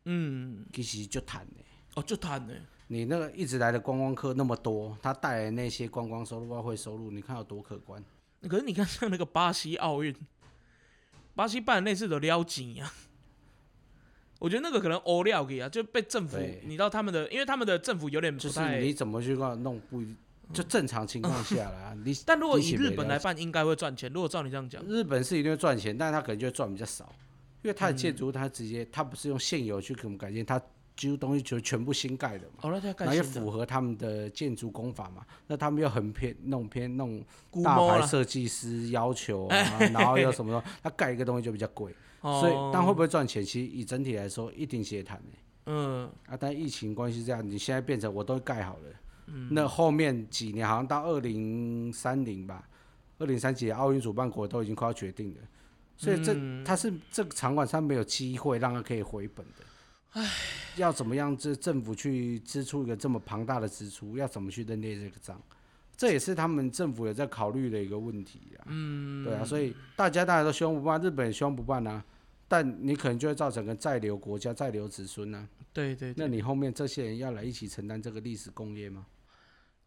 Speaker 1: 嗯，
Speaker 2: 其实就谈呢、
Speaker 1: 哦，就谈呢、
Speaker 2: 你那个一直来的观光客那么多，他带来的那些观光收入、外汇收入，你看有多可观？
Speaker 1: 可是你看，像那个巴西奥运，巴西办的那次的撩紧呀，我觉得那个可能欧料给啊，就被政府
Speaker 2: 对，
Speaker 1: 你知道他们的，因为他们的政府有点
Speaker 2: 就
Speaker 1: 不
Speaker 2: 是
Speaker 1: 太。嗯
Speaker 2: 你怎么去弄不一？就正常情况下啦，
Speaker 1: [laughs]
Speaker 2: 你
Speaker 1: 但如果
Speaker 2: 你
Speaker 1: 以
Speaker 2: 是
Speaker 1: 日
Speaker 2: 没
Speaker 1: 本
Speaker 2: 了
Speaker 1: 来办，应该会赚钱。如果照你这样讲，
Speaker 2: 日本是一定会赚钱，但是他可能就会赚比较少，因为他的建
Speaker 1: 嗯
Speaker 2: 筑物它直接它不是用现有去给我们改建，它几乎东西就全部新盖的嘛，
Speaker 1: 哦，那就要
Speaker 2: 然
Speaker 1: 干
Speaker 2: 后也
Speaker 1: 新的
Speaker 2: 符合他们的建筑工法嘛，那他们又很偏弄偏弄
Speaker 1: 估
Speaker 2: 大
Speaker 1: 摸
Speaker 2: 牌
Speaker 1: 了，
Speaker 2: 设计师要求
Speaker 1: [laughs]
Speaker 2: 啊，然后又什么，他盖一个东西就比较贵，
Speaker 1: 哦
Speaker 2: 所以但会不会赚钱，其实以整体来说一定斜谈欸
Speaker 1: 嗯，
Speaker 2: 啊，但疫情关系这样，你现在变成我都盖好了，那后面几年好像到二零三零吧，二零三几奥运主办国都已经快要决定了，所以这、它是这个场馆它没有机会让它可以回本的。要怎么样？这政府去支出一个这么庞大的支出，要怎么去认列这个账？这也是他们政府也在考虑的一个问题啊。嗯，对啊，所以大家大家都希望不办，日本也希望不办啊，但你可能就会造成个在留国家、在留子孙啊。
Speaker 1: 对对对，
Speaker 2: 那你后面这些人要来一起承担这个历史工业吗？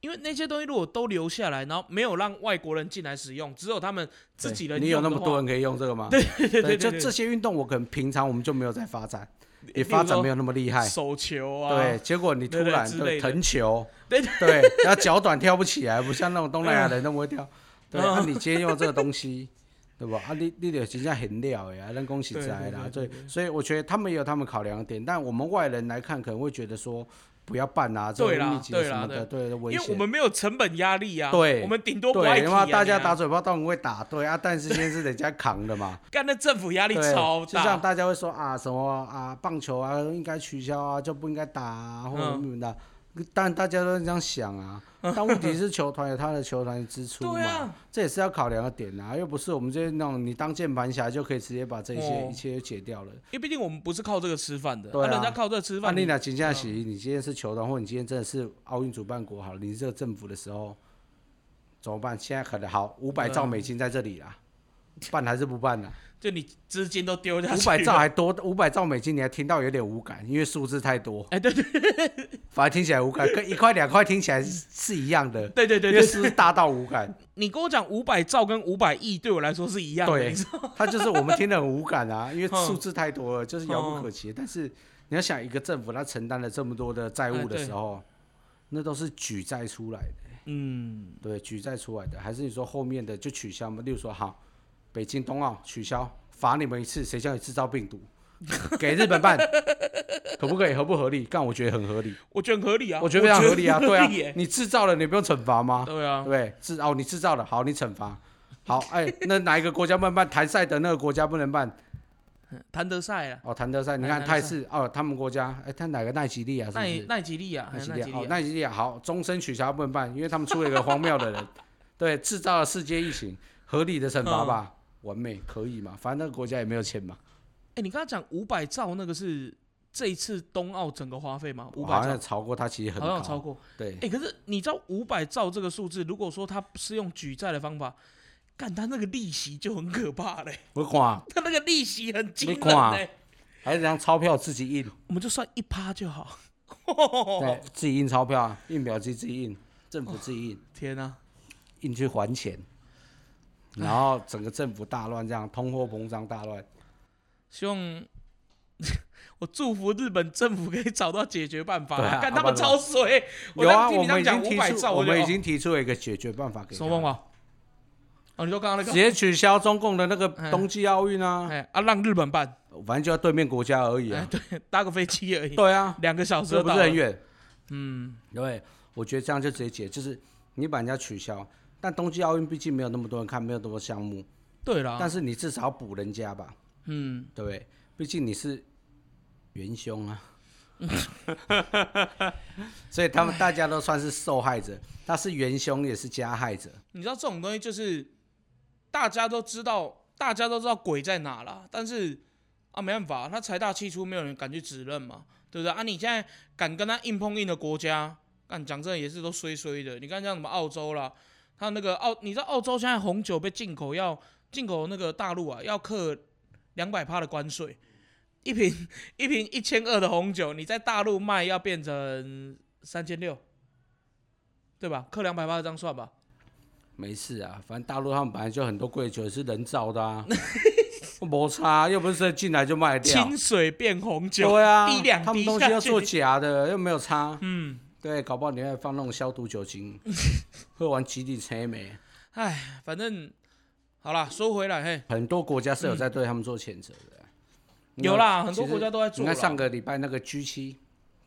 Speaker 1: 因为那些东西如果都留下来，然后没有让外国人进来使用，只有他们自己人
Speaker 2: 你有
Speaker 1: 用
Speaker 2: 那
Speaker 1: 的
Speaker 2: 么
Speaker 1: 话
Speaker 2: 多，人可以用这个吗？
Speaker 1: 对对对对，
Speaker 2: 就
Speaker 1: 对
Speaker 2: 这些运动，我可能平常我们就没有在发展，也
Speaker 1: 例如
Speaker 2: 发展
Speaker 1: 说
Speaker 2: 没有那么厉害。
Speaker 1: 手球啊，
Speaker 2: 对，，结果你突
Speaker 1: 对对
Speaker 2: 然
Speaker 1: 之类的
Speaker 2: 藤球，
Speaker 1: 对
Speaker 2: 对，然后脚短跳不起来，不像那种东南亚人那么会跳。对，
Speaker 1: 嗯
Speaker 2: 那、你今天用这个东西，
Speaker 1: [laughs]
Speaker 2: 对吧？啊，你你得真正很了啊呀，那恭喜
Speaker 1: 对对
Speaker 2: 在啦。
Speaker 1: 对
Speaker 2: 对，所以我觉得他们也有他们考量的点，但我们外人来看可能会觉得说不要办啊，这
Speaker 1: 对
Speaker 2: 个
Speaker 1: 啦
Speaker 2: 密集的
Speaker 1: 对
Speaker 2: 什
Speaker 1: 啦
Speaker 2: 么的，对，危
Speaker 1: 因为我
Speaker 2: 险。啊
Speaker 1: 们没有成本压力啊，
Speaker 2: 对
Speaker 1: 我们顶多不爱
Speaker 2: 对，
Speaker 1: 提
Speaker 2: 他
Speaker 1: 啊
Speaker 2: 妈大家
Speaker 1: 你啊
Speaker 2: 打嘴炮，当然会打对啊，但是现在是人家扛的嘛，
Speaker 1: 干，那政府压力
Speaker 2: 对，
Speaker 1: 超
Speaker 2: 就像
Speaker 1: 大，
Speaker 2: 大家会说啊什么啊棒球啊应该取消啊就不应该打啊或者
Speaker 1: 嗯
Speaker 2: 什么的，但大家都这样想啊，但问题是球团有他的球团支出
Speaker 1: 对
Speaker 2: 嘛，
Speaker 1: 啊，
Speaker 2: 这也是要考量的点啊，又不是我们这些那种你当键盘侠就可以直接把这一些、
Speaker 1: 哦
Speaker 2: 一切解掉了。
Speaker 1: 因为毕竟我们不是靠这个吃饭的，
Speaker 2: 对啊
Speaker 1: 人家靠这个吃
Speaker 2: 那
Speaker 1: 饭，
Speaker 2: 你
Speaker 1: 你啊
Speaker 2: 俩请假洗，你今天是球团，或你今天真的是奥运主办国好了，你是这个政府的时候怎么办？现在可能好五百
Speaker 1: 对啊
Speaker 2: 兆美金在这里啦，
Speaker 1: 啊
Speaker 2: 办还是不
Speaker 1: [laughs]
Speaker 2: 办呢、
Speaker 1: 就你资金都丢下
Speaker 2: 五
Speaker 1: 去，
Speaker 2: 百兆，还多，五百兆美金你还听到有点无感，因为数字太多，
Speaker 1: 哎，对对
Speaker 2: 反而听起来无感，跟一块两块听起来是是一样的，
Speaker 1: [laughs] 对对对
Speaker 2: 因为
Speaker 1: 对，
Speaker 2: 数字大到无感，
Speaker 1: 你跟我讲五百兆跟五百亿对我来说是一样的，
Speaker 2: 对
Speaker 1: 你知道
Speaker 2: [laughs] 它就是我们听得很无感啊，因为
Speaker 1: 嗯
Speaker 2: 数字太多了，就是遥不可及。但是你要想一个政府他承担了这么多的债务
Speaker 1: 哎
Speaker 2: 的
Speaker 1: 对
Speaker 2: 时候，那都是举债出来的，
Speaker 1: 嗯，
Speaker 2: 对，举债出来的，还是你说后面的就取消吗？例如说好，北京冬奥取消，罚你们一次，谁叫你制造病毒？ [laughs] 给日本办，可不可以？合不合理？干，我觉得很合理。
Speaker 1: 我觉得很合理啊，
Speaker 2: 我觉得非常合理啊，对
Speaker 1: 合
Speaker 2: 啊
Speaker 1: 理耶，
Speaker 2: 你制造了，你不用惩罚吗？
Speaker 1: 对
Speaker 2: 对
Speaker 1: 啊，
Speaker 2: 不对，制哦，你制造了，好，你惩罚，好，哎，那哪一个国家不能办？谭赛德那个国家不能办，
Speaker 1: 谭德赛啊，
Speaker 2: 哦，谭德赛，你
Speaker 1: 哎
Speaker 2: 看
Speaker 1: 谭德
Speaker 2: 他也
Speaker 1: 赛
Speaker 2: 是哦，他们国家，哎，他哪个奈及利亚是不
Speaker 1: 奈
Speaker 2: 是？
Speaker 1: 奈吉利亚，
Speaker 2: 奈
Speaker 1: 还是
Speaker 2: 及
Speaker 1: 奈
Speaker 2: 利
Speaker 1: 吉
Speaker 2: 亚，
Speaker 1: 利，亚，
Speaker 2: 哦
Speaker 1: 啊
Speaker 2: 奈及利亚，好，终身取消不能办，因为他们出了一个荒谬的人，对，制造了世界疫情，合理的惩罚吧，
Speaker 1: 嗯
Speaker 2: 完美，可以嘛？反正那个国家也没有钱嘛，
Speaker 1: 哎，你刚刚讲五百兆那个是这一次冬奥整个花费吗？五
Speaker 2: 好
Speaker 1: 百
Speaker 2: 像
Speaker 1: 兆。
Speaker 2: 超过他其实很
Speaker 1: 好像超
Speaker 2: 高，
Speaker 1: 过，
Speaker 2: 对
Speaker 1: 哎、，可是你知道五百兆这个数字，如果说他是用举债的方法，干他那个利息就很可怕嘞、
Speaker 2: 我看
Speaker 1: 他那个利息很惊人
Speaker 2: 你看啊
Speaker 1: 嘞、
Speaker 2: 还是让钞票自己印。
Speaker 1: 我们就算一趴就好。哦
Speaker 2: 对，自己印钞票啊，印表机自己印，政府自己印，
Speaker 1: 天啊，
Speaker 2: 印去还钱，然后整个政府大乱，这样通货膨胀大乱。
Speaker 1: 希望我祝福日本政府可以找到解决办法
Speaker 2: 对
Speaker 1: 啦。
Speaker 2: 啊
Speaker 1: 干、
Speaker 2: 啊
Speaker 1: 他们
Speaker 2: 不然
Speaker 1: 超水，我
Speaker 2: 有啊，
Speaker 1: 刚听
Speaker 2: 我
Speaker 1: 你这
Speaker 2: 们
Speaker 1: 样
Speaker 2: 已
Speaker 1: 讲
Speaker 2: 经
Speaker 1: 五
Speaker 2: 提
Speaker 1: 百
Speaker 2: 出，
Speaker 1: 兆，
Speaker 2: 我
Speaker 1: 就
Speaker 2: 们已
Speaker 1: 哦
Speaker 2: 经提出了一个解决办法给
Speaker 1: 什么办
Speaker 2: 他，
Speaker 1: 法？哦，你说刚刚那
Speaker 2: 直
Speaker 1: 个，
Speaker 2: 接取消中共的那个冬季奥运啊，
Speaker 1: 哎啊，让日本办， [laughs]
Speaker 2: 反正就在对面国家而已
Speaker 1: 哎
Speaker 2: 啊。
Speaker 1: 对，搭个飞机而已，
Speaker 2: 对啊，
Speaker 1: 两个小时
Speaker 2: 这
Speaker 1: 就
Speaker 2: 不
Speaker 1: 到
Speaker 2: 是
Speaker 1: 了
Speaker 2: 很。远？
Speaker 1: 嗯，
Speaker 2: 对，我觉得这样就直接解，就是你把人家取消。但冬季奥运毕竟没有那么多人看，没有那么多项目，
Speaker 1: 对啦，
Speaker 2: 但是你至少要补人家吧，
Speaker 1: 啊嗯，
Speaker 2: 对不对？毕竟你是元凶
Speaker 1: [laughs]
Speaker 2: 啊，所以他们大家都算是受害者，他是元凶也是加害者，
Speaker 1: 你知道这种东西就是大家都知道，大家都知道鬼在哪啦，但是啊没办法，他财大气粗，没有人敢去指认嘛，对不对？啊，你现在敢跟他硬碰硬的国家，干讲真的也是都衰衰的。你看像什么澳洲啦，他那个澳，你知道澳洲现在红酒被进口要进口那个大陆啊，要克两百趴的关税。一瓶一瓶一千二的红酒，你在大陆卖要变成三千六，对吧？克两百八这样算吧。
Speaker 2: 没事啊，反正大陆他们本来就很多贵酒是人造
Speaker 1: [laughs]
Speaker 2: 的啊，摩擦又不是进来就卖掉
Speaker 1: 清，水变红酒，
Speaker 2: 对啊
Speaker 1: 滴两，
Speaker 2: 他们
Speaker 1: 滴
Speaker 2: 东
Speaker 1: 下
Speaker 2: 西要做
Speaker 1: 去
Speaker 2: 假的，又没有差，
Speaker 1: 嗯，
Speaker 2: 对，搞不好你还放那种消毒
Speaker 1: [laughs]
Speaker 2: 酒精，会玩集体催眉，
Speaker 1: 哎，反正好啦，说回来，嘿，
Speaker 2: 很多国家是有在对他们做谴责的，
Speaker 1: 嗯有啦，很
Speaker 2: 其
Speaker 1: 多
Speaker 2: 实
Speaker 1: 国家都在做
Speaker 2: 你看上
Speaker 1: 啦。
Speaker 2: 个礼拜那个 G 七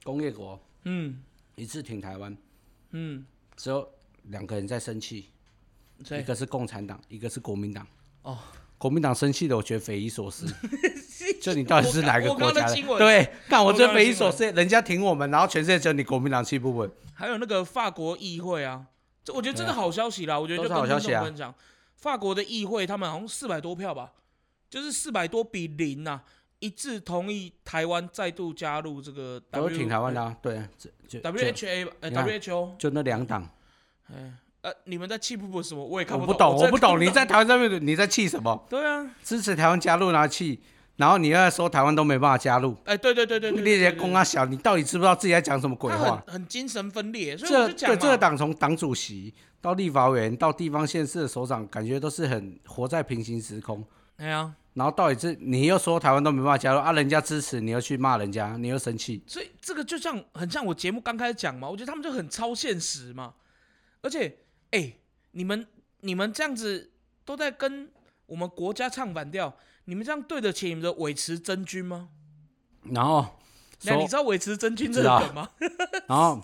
Speaker 2: 工业国
Speaker 1: 嗯
Speaker 2: 一致挺台湾，
Speaker 1: 嗯，
Speaker 2: 只有两个人在生气，
Speaker 1: 所
Speaker 2: 一
Speaker 1: 以
Speaker 2: 个是共产党，一个是国民党。
Speaker 1: 哦，
Speaker 2: 国民党生气的，我觉得匪夷所
Speaker 1: [laughs]
Speaker 2: 思。就你到底是哪一个
Speaker 1: 我刚
Speaker 2: 国
Speaker 1: 我刚刚的
Speaker 2: 家的
Speaker 1: 新闻？
Speaker 2: 对，看我
Speaker 1: 我刚
Speaker 2: 觉
Speaker 1: 刚
Speaker 2: 得
Speaker 1: 的
Speaker 2: 匪夷所思，人家挺我们，然后全世界只有你国民党气不稳。
Speaker 1: 还有那个法国议会啊，这我觉得这个好消息啦，我觉得就
Speaker 2: 都
Speaker 1: 跟
Speaker 2: 是好
Speaker 1: 听
Speaker 2: 消
Speaker 1: 众
Speaker 2: 息啊
Speaker 1: 分享，法国的议会他们好像四百多票吧，就是四百多比零呐，一致同意台湾再度加入这个
Speaker 2: 都
Speaker 1: W
Speaker 2: 挺台湾的、啊，对，就就就
Speaker 1: WHA 吧，呃
Speaker 2: 你看
Speaker 1: WHO，
Speaker 2: 就那两党，
Speaker 1: 哎，呃，你们在气不不什么？我也看
Speaker 2: 我
Speaker 1: 不
Speaker 2: 不懂，
Speaker 1: 真
Speaker 2: 我
Speaker 1: 的
Speaker 2: 不
Speaker 1: 看
Speaker 2: 懂你在台湾这边你在气什么？
Speaker 1: 对啊，
Speaker 2: 支持台湾加入拿气，然后你又在说台湾都没办法加入，
Speaker 1: 哎，对对对对对，对
Speaker 2: 你这
Speaker 1: 对
Speaker 2: 些
Speaker 1: 对
Speaker 2: 公啊小，你到底知不知道自己在讲什么鬼
Speaker 1: 他
Speaker 2: 话？
Speaker 1: 很很精神分裂，所以我
Speaker 2: 这
Speaker 1: 就讲
Speaker 2: 对
Speaker 1: 嘛，
Speaker 2: 这个党从党主席到立法委员到地方县市的首长，感觉都是很活在平行时空。
Speaker 1: 哎呀，
Speaker 2: 然后到底是你又说台湾都没办法加入啊，人家支持你又去骂人家，你又生气，
Speaker 1: 所以这个就像很像我节目刚开始讲嘛，我觉得他们就很超现实嘛，而且哎，你们你们这样子都在跟我们国家唱反调，你们这样对得起你们的尾池真君吗？
Speaker 2: 然后
Speaker 1: 那你
Speaker 2: 说
Speaker 1: 知，道尾池真君这
Speaker 2: 知
Speaker 1: 个
Speaker 2: 道
Speaker 1: 梗吗？
Speaker 2: 然后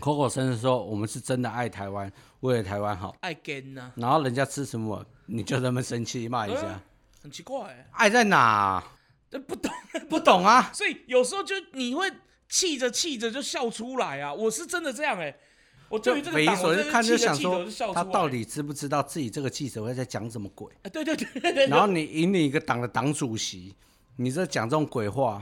Speaker 2: 口口声声说我们是真的爱台湾，为了台湾好，
Speaker 1: 爱跟呐，
Speaker 2: 然后人家支持我，你就那么生气骂一
Speaker 1: 对
Speaker 2: 下
Speaker 1: 啊，很奇怪、欸，
Speaker 2: 爱在哪、
Speaker 1: [laughs] 这不懂。
Speaker 2: 不懂啊，
Speaker 1: 所以有时候就你会气着气着就笑出来啊！我是真的这样哎、我对于这个
Speaker 2: 匪夷
Speaker 1: 党，
Speaker 2: 所
Speaker 1: 我
Speaker 2: 思
Speaker 1: 真，的
Speaker 2: 看
Speaker 1: 是气着
Speaker 2: 想
Speaker 1: 气着
Speaker 2: 说
Speaker 1: 就笑出来。
Speaker 2: 他到底知不知道自己这个记者会在讲什么鬼？
Speaker 1: 哎对对对对对，
Speaker 2: 然后你引领一个党的党主席，你这讲这种鬼话，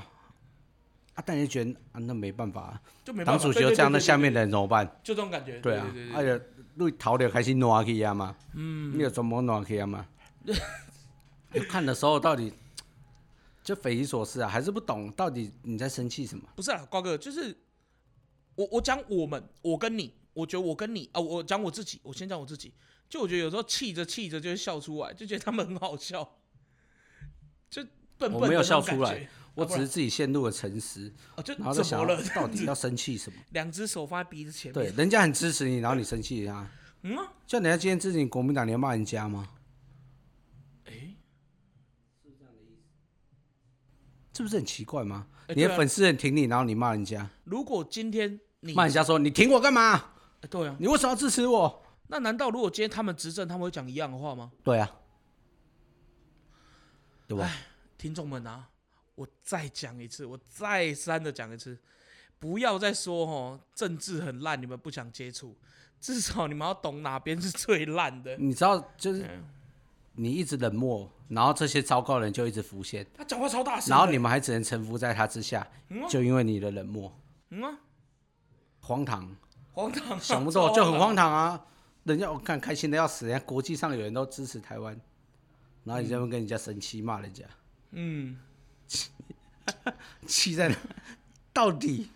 Speaker 2: 啊，但你就觉得啊，那没办法，
Speaker 1: 就没办
Speaker 2: 党
Speaker 1: 法
Speaker 2: 主席
Speaker 1: 对
Speaker 2: 就
Speaker 1: 对
Speaker 2: 这样，
Speaker 1: 对
Speaker 2: 那
Speaker 1: 对
Speaker 2: 下
Speaker 1: 对
Speaker 2: 面的人怎么办？
Speaker 1: 就这种感觉。
Speaker 2: 对啊
Speaker 1: 对对，
Speaker 2: 而且你逃了开始暖去啊嘛，嗯，你有怎么暖去
Speaker 1: [laughs]
Speaker 2: 啊嘛？就看的时候到底就匪夷所思啊，还是不懂到底你在生气什么？
Speaker 1: 不是啊啦，瓜哥，就是我我讲我们，我跟你，我觉得我跟你啊，我讲我自己，我先讲我自己，就我觉得有时候气着气着就会笑出来，就觉得他们很好笑， [laughs] 就笨笨的
Speaker 2: 我没有
Speaker 1: 那种
Speaker 2: 笑出
Speaker 1: 感
Speaker 2: 来
Speaker 1: 觉，
Speaker 2: 我只是自己陷入了沉思，
Speaker 1: 啊就
Speaker 2: 然后在
Speaker 1: 怎
Speaker 2: 想
Speaker 1: 么了？
Speaker 2: 到底要生气什么？
Speaker 1: 两只手放在鼻子前
Speaker 2: 对，
Speaker 1: 面，
Speaker 2: 人家很支持你，然后你生气啊？
Speaker 1: 嗯啊，
Speaker 2: 像人家今天支持你国民党，你要骂人家吗？
Speaker 1: 哎，
Speaker 2: 这不是很奇怪吗？
Speaker 1: 哎
Speaker 2: 你
Speaker 1: 对
Speaker 2: 的
Speaker 1: 啊
Speaker 2: 粉丝很挺你，然后你骂人家，
Speaker 1: 如果今天你
Speaker 2: 骂人家说你挺我干嘛？
Speaker 1: 哎对啊，
Speaker 2: 你为什么要支持我？
Speaker 1: 那难道如果今天他们执政，他们会讲一样的话吗？
Speaker 2: 对啊，对吧？
Speaker 1: 哎听众们啊，我再讲一次，我再三的讲一次，不要再说哦，政治很烂，你们不想接触，至少你们要懂哪边是最烂的。
Speaker 2: 你知道，就是
Speaker 1: 哎
Speaker 2: 你一直冷漠，然后这些糟糕的人就一直浮现，
Speaker 1: 他讲话超大声的，
Speaker 2: 然后你们还只能臣服在他之下，就因为你的冷漠，
Speaker 1: 嗯啊，
Speaker 2: 荒唐，
Speaker 1: 荒唐啊，
Speaker 2: 想不
Speaker 1: 超 [laughs]
Speaker 2: 到就很荒
Speaker 1: 唐。
Speaker 2: 唐啊！人家我看开心的要死，人家国际上有人都支持台湾，然后你这边跟人家生气骂人家，
Speaker 1: 嗯，
Speaker 2: [laughs] 气在哪？到底，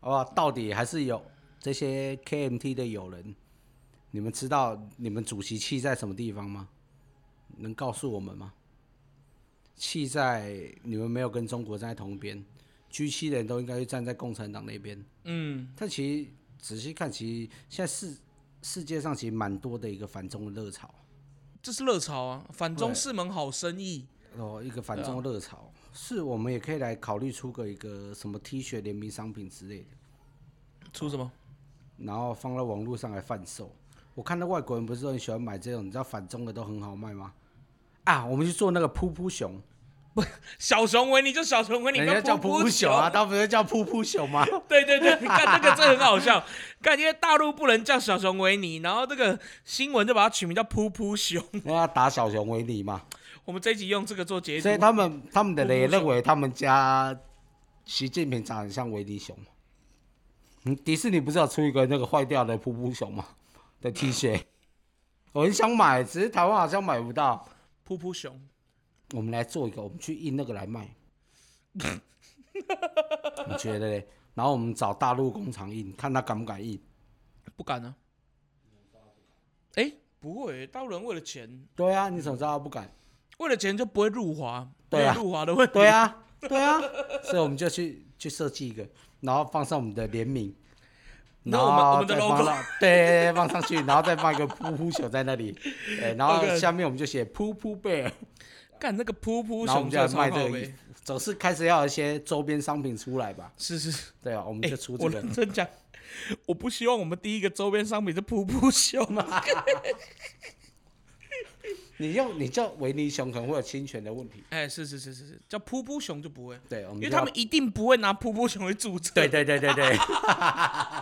Speaker 2: 好不好？到底还是有这些 KMT 的友人，你们知道你们主席气在什么地方吗？能告诉我们吗？气在你们没有跟中国站在同边，G 七人都应该去站在共产党那边。
Speaker 1: 嗯，
Speaker 2: 但其实仔细看，其实现在世世界上其实蛮多的一个反中的热潮。
Speaker 1: 这是热潮啊，反中
Speaker 2: 对
Speaker 1: 是门好生意。
Speaker 2: 哦，一个反中热潮，是我们也可以来考虑出个一个什么 T 恤联名商品之类的。
Speaker 1: 出什么？
Speaker 2: 然后放到网络上来贩售。我看到外国人不是都很喜欢买这种，你知道反中的都很好卖吗？啊，我们去做那个噗噗熊，
Speaker 1: 小熊维尼就小熊维尼，
Speaker 2: 人家叫
Speaker 1: 跟噗
Speaker 2: 噗噗
Speaker 1: 熊
Speaker 2: 熊啊，他不是叫噗噗
Speaker 1: [laughs]
Speaker 2: 熊吗？
Speaker 1: 对对对，看那个真的很好笑。看，因为大陆不能叫小熊维尼，然后这个新闻就把它取名叫噗噗熊。
Speaker 2: 人家打小熊为例嘛，
Speaker 1: 我们这一集用这个做结
Speaker 2: 所以
Speaker 1: 束。
Speaker 2: 他们他们的人也
Speaker 1: 噗噗熊
Speaker 2: 认为他们家习近平长得像维尼熊。嗯，迪士尼不是有出一个那个坏掉的噗噗熊吗？ [laughs] 的 T 恤，我很想买，只是台湾好像买不到。
Speaker 1: 噗噗熊，
Speaker 2: 我们来做一个，我们去印那个来 [laughs] 卖。你觉得嘞？然后我们找大陆工厂印，看他敢不敢印。
Speaker 1: 不敢啊。哎、不会、大陆人为了钱，
Speaker 2: 对啊，你怎么知道他不敢？
Speaker 1: 为了钱就不会入华，
Speaker 2: 对啊
Speaker 1: 没有入华的问题。
Speaker 2: 对，啊，对啊， [laughs] 所以我们就去去设计一个，然后放上我们的联名，
Speaker 1: 那
Speaker 2: 然后
Speaker 1: 我们我们的
Speaker 2: 再放
Speaker 1: logo
Speaker 2: 上对，放上去， [laughs] 然后再放一个噗噗熊在那里，对，然后
Speaker 1: OK
Speaker 2: 下面我们就写噗噗贝尔，
Speaker 1: 干那个噗噗
Speaker 2: 然
Speaker 1: 熊
Speaker 2: 后我们就来
Speaker 1: 真的
Speaker 2: 卖
Speaker 1: 超
Speaker 2: 这
Speaker 1: 好
Speaker 2: 个衣
Speaker 1: 呗。
Speaker 2: 服，总是开始要有一些周边商品出来吧？
Speaker 1: 是是是，
Speaker 2: 对啊，我们
Speaker 1: 哎、
Speaker 2: 就出这
Speaker 1: 我
Speaker 2: 个。
Speaker 1: 认真讲，我不希望我们第一个周边商品是噗噗熊
Speaker 2: [laughs]
Speaker 1: 啊。
Speaker 2: 你用你叫维尼熊可能会有侵权的问题。
Speaker 1: 哎、是是是是是，叫噗噗熊就不会，
Speaker 2: 对，我们
Speaker 1: 因为
Speaker 2: 就
Speaker 1: 他
Speaker 2: 要
Speaker 1: 们一定不会拿噗噗熊为主旨。
Speaker 2: 对对对对
Speaker 1: [laughs]
Speaker 2: 对，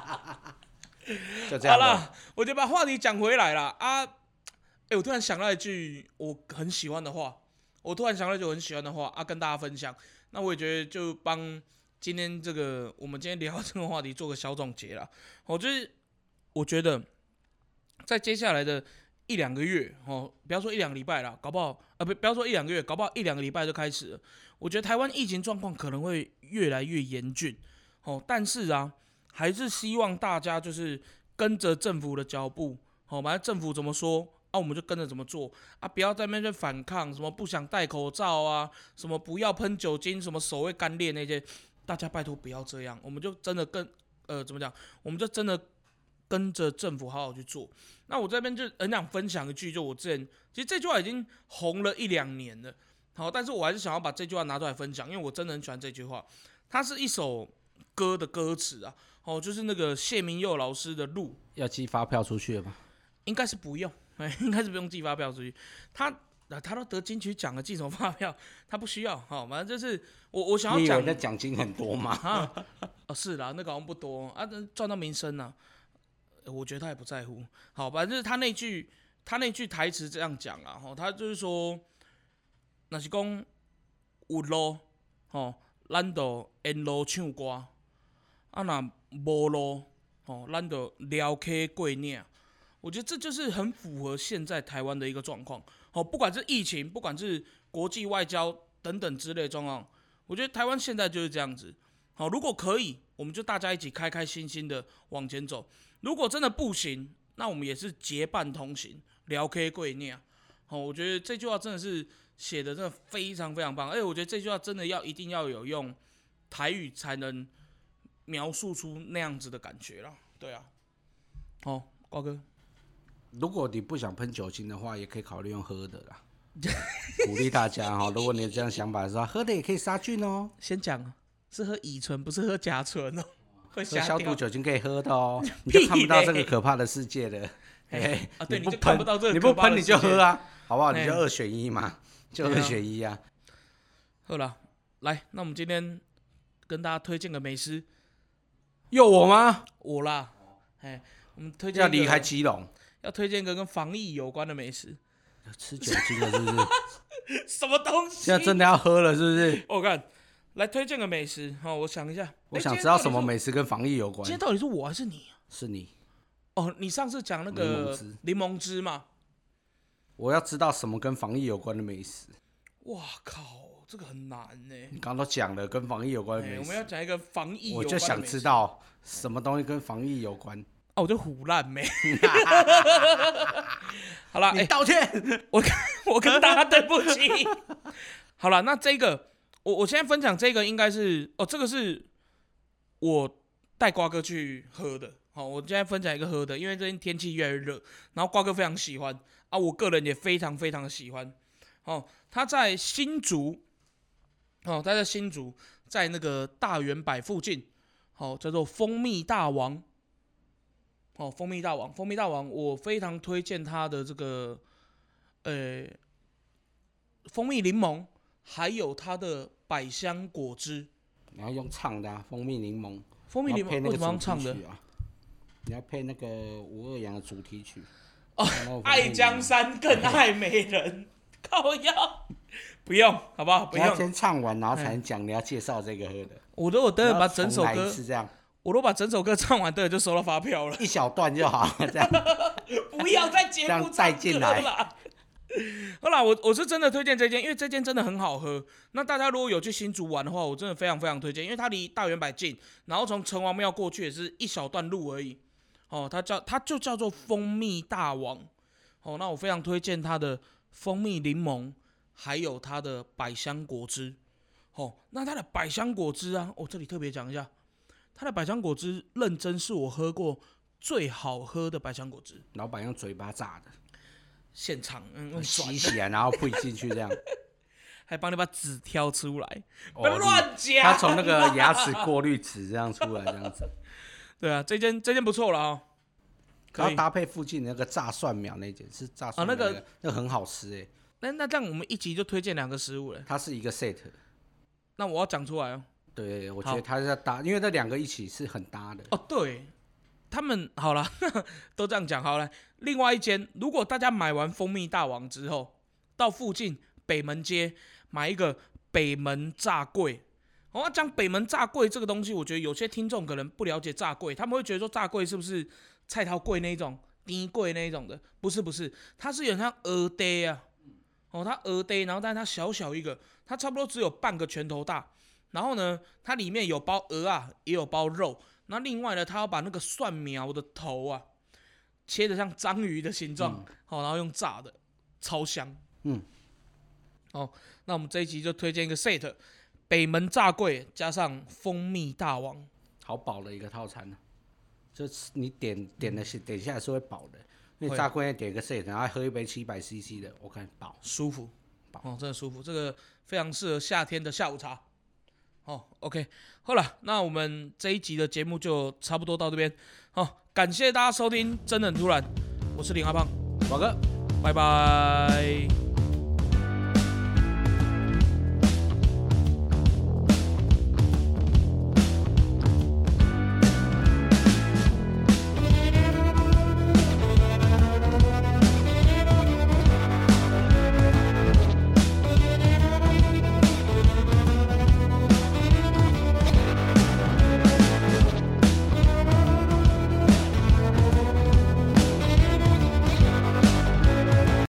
Speaker 2: [laughs] 就这
Speaker 1: 好
Speaker 2: 样了。
Speaker 1: 啦，我就把话题讲回来了啊！哎、我突然想到一句我很喜欢的话，我突然想到一句我很喜欢的话啊，跟大家分享。那我也觉得就帮今天这个我们今天聊这个话题做个小总结啦。我、就是我觉得在接下来的一两个月哦，不要说一两个礼拜啦，搞不好啊不不要说一两个月，搞不好一两个礼拜就开始了。我觉得台湾疫情状况可能会越来越严峻哦，但是啊，还是希望大家就是跟着政府的脚步，好、反正政府怎么说啊，我们就跟着怎么做啊，不要在那边去反抗，什么不想戴口罩啊，什么不要喷酒精，什么手会干裂那些，大家拜托不要这样，我们就真的跟呃怎么讲，我们就真的跟着政府好好去做。那我这边就很想分享一句，就我之前其实这句话已经红了一两年了，好，但是我还是想要把这句话拿出来分享，因为我真的很喜欢这句话，它是一首歌的歌词啊。哦，就是那个谢明佑老师的《路》，
Speaker 2: 要寄发票出去了吧？
Speaker 1: 应该是不用，哎，应该是不用寄发票出去。他那、他都得金曲 [laughs] 奖了，进什么发票？他不需要。好、反正就是我我想
Speaker 2: 你
Speaker 1: 要
Speaker 2: 以为
Speaker 1: 讲
Speaker 2: 那奖金很多吗？
Speaker 1: 啊，哦是啦，那个好像不多啊，但赚到名声呢、呃我觉得他也不在乎。好，反正就是他那句他那句台词这样讲啦，吼，他就是说，那是讲有路，吼，咱就沿路唱歌，啊，若无路，吼，咱就撩开过岭。我觉得这就是很符合现在台湾的一个状况，哦，不管是疫情，不管是国际外交等等之类的状况，我觉得台湾现在就是这样子。好，如果可以，我们就大家一起开开心心的往前走；如果真的不行，那我们也是结伴同行，聊 K 贵念。啊好，我觉得这句话真的是写的真的非常非常棒，而且我觉得这句话真的要一定要有用台语才能描述出那样子的感觉啦。对啊，好，瓜哥，
Speaker 2: 如果你不想喷酒精的话，也可以考虑用喝的啦。鼓励大
Speaker 1: [laughs]
Speaker 2: 家哈、如果你有这样想法的话，喝的也可以杀菌哦，
Speaker 1: 先讲啊是喝乙醇，不是喝甲醇哦， [laughs] 会
Speaker 2: 喝
Speaker 1: 吓
Speaker 2: 消
Speaker 1: 掉
Speaker 2: 毒酒精可以喝的哦，
Speaker 1: [laughs]
Speaker 2: 你
Speaker 1: 屁
Speaker 2: 就看不到
Speaker 1: 嘞
Speaker 2: 这个可怕的世界了。
Speaker 1: 嘿
Speaker 2: 嘿
Speaker 1: 啊对你
Speaker 2: 你不
Speaker 1: 就看不
Speaker 2: 喷
Speaker 1: 到这个
Speaker 2: 你
Speaker 1: 可
Speaker 2: 不
Speaker 1: 怕的
Speaker 2: 喷你
Speaker 1: 世
Speaker 2: 就
Speaker 1: 界
Speaker 2: 喝啊，好不好？你
Speaker 1: 嘿
Speaker 2: 就二选一嘛，就
Speaker 1: 对
Speaker 2: 二
Speaker 1: 啊
Speaker 2: 选一啊。
Speaker 1: 好了，来，那我们今天跟大家推荐个美食，
Speaker 2: 有我吗？
Speaker 1: 我啦，哎，我们推荐
Speaker 2: 哦要
Speaker 1: 一个
Speaker 2: 离开基隆，
Speaker 1: 要推荐一个跟防疫有关的美食，
Speaker 2: 吃酒精了是不是？
Speaker 1: 什么东西？
Speaker 2: 现在真的 [laughs] 要喝了是不是？
Speaker 1: 我哦看来推荐个美食，好，我想一下，
Speaker 2: 我
Speaker 1: 哎
Speaker 2: 想知道什
Speaker 1: 今天到
Speaker 2: 么？
Speaker 1: 底
Speaker 2: 美食跟防疫有
Speaker 1: 是
Speaker 2: 关
Speaker 1: 今。天到底是我还是你啊？
Speaker 2: 是你，
Speaker 1: 哦，你上次讲那
Speaker 2: 柠
Speaker 1: 个
Speaker 2: 檬汁
Speaker 1: 柠檬汁嘛？
Speaker 2: 我要知道什么跟防疫有关的美食。
Speaker 1: 哇靠，这个很难呢、
Speaker 2: 你刚刚都讲了跟防疫有关的
Speaker 1: 哎，
Speaker 2: 美
Speaker 1: 我们
Speaker 2: 食，
Speaker 1: 要讲一个防疫有
Speaker 2: 我
Speaker 1: 关的美
Speaker 2: 就
Speaker 1: 食，
Speaker 2: 想知道什么东西跟防疫有关。
Speaker 1: 哦，我就胡烂
Speaker 2: [laughs]
Speaker 1: 没。 [laughs] 好了，哎、
Speaker 2: 你道歉。
Speaker 1: 我跟我跟大家对不起。 [laughs] 好了，那这个我我现在分享这个应该是哦，这个是我带瓜哥去喝的。好，我现在分享一个喝的，因为最近天气越来越热，然后瓜哥非常喜欢啊，我个人也非常非常的喜欢。哦，他在新竹，哦，他在新竹，在那个大圆柏附近，好、叫做蜂蜜大王。哦，蜂蜜大王，蜂蜜大王，我非常推荐他的这个呃蜂蜜柠檬，还有它的百香果汁。
Speaker 2: 你要用唱的、啊，蜂蜜柠檬。
Speaker 1: 蜂蜜柠
Speaker 2: 然后配
Speaker 1: 檬
Speaker 2: 那
Speaker 1: 为
Speaker 2: 个
Speaker 1: 什么要
Speaker 2: 主
Speaker 1: 唱
Speaker 2: 题
Speaker 1: 的？
Speaker 2: 曲啊？你要配那个吴二阳的主题曲。
Speaker 1: 哦
Speaker 2: 然后蜂蜜柠檬，
Speaker 1: 爱江山更爱美人，靠腰。不用，好不好？不
Speaker 2: 你要
Speaker 1: 用。
Speaker 2: 先唱完，然后才能讲你要介绍这个喝的。
Speaker 1: 我如果等
Speaker 2: 然
Speaker 1: 会
Speaker 2: 后
Speaker 1: 把整首
Speaker 2: 重来一
Speaker 1: 歌，
Speaker 2: 次这样，
Speaker 1: 我如果把整首歌唱完，等会就收到发票了。
Speaker 2: 一小段就好，这样
Speaker 1: [laughs] 不要在节
Speaker 2: 这
Speaker 1: 目
Speaker 2: 样再
Speaker 1: 唱
Speaker 2: 进
Speaker 1: 歌
Speaker 2: 来
Speaker 1: 啦。 [laughs] 好啦，我我是真的推荐这间，因为这间真的很好喝。那大家如果有去新竹玩的话，我真的非常非常推荐，因为它离大圆柏近，然后从城隍庙过去也是一小段路而已。哦，它叫它就叫做蜂蜜大王。哦，那我非常推荐它的蜂蜜柠檬，还有它的百香果汁。哦，那它的百香果汁啊，我、这里特别讲一下，它的百香果汁认真是我喝过最好喝的百香果汁。
Speaker 2: 老板用嘴巴炸的，
Speaker 1: 现场，嗯，用转
Speaker 2: 吸起来，然后配进去这样。
Speaker 1: 还帮你把纸挑出来，[laughs]
Speaker 2: 哦
Speaker 1: 不要乱讲。
Speaker 2: 他从那个牙齿过滤纸这样出来，这
Speaker 1: [laughs]
Speaker 2: 样子，
Speaker 1: 对啊，这间这间不错了哦，
Speaker 2: 然
Speaker 1: 可
Speaker 2: 后
Speaker 1: 以。
Speaker 2: 搭配附近的那个炸蒜苗那间是炸蒜苗
Speaker 1: 啊那个
Speaker 2: 那个那个很好吃哎，
Speaker 1: 那那这样我们一集就推荐两个食物了，
Speaker 2: 它是一个 set。
Speaker 1: 那我要讲出来哦。
Speaker 2: 对，我
Speaker 1: 好
Speaker 2: 觉得它是要搭，因为那两个一起是很搭的。
Speaker 1: 哦，对，他们好了， [laughs] 都这样讲好了。另外一间，如果大家买完蜂蜜大王之后，到附近北门街买一个北门炸柜。我要讲北门炸柜这个东西，我觉得有些听众可能不了解炸柜，他们会觉得说炸柜是不是菜头柜那一种、低柜那一种的？不是，不是，它是有点像鹅呆啊。哦，它鹅呆，然后但是它小小一个，它差不多只有半个拳头大。然后呢，它里面有包鹅啊，也有包肉，那另外呢，他要把那个蒜苗的头啊，切的像章鱼的形状，好、然后用炸的，超香。
Speaker 2: 嗯，
Speaker 1: 哦，那我们这一集就推荐一个 set，北门炸柜加上蜂蜜大王。
Speaker 2: 好饱的一个套餐呢、啊就是你点点的是点下来是会饱的，因
Speaker 1: 嗯会
Speaker 2: 为炸龟点一个 set，然后喝一杯七百 CC 的，我看饱。
Speaker 1: 舒服，哦，真的舒服，这个非常适合夏天的下午茶。哦，OK，好了，那我们这一集的节目就差不多到这边。好、感谢大家收听，真的很突然，我是林阿胖，
Speaker 2: 宝哥，
Speaker 1: 拜拜。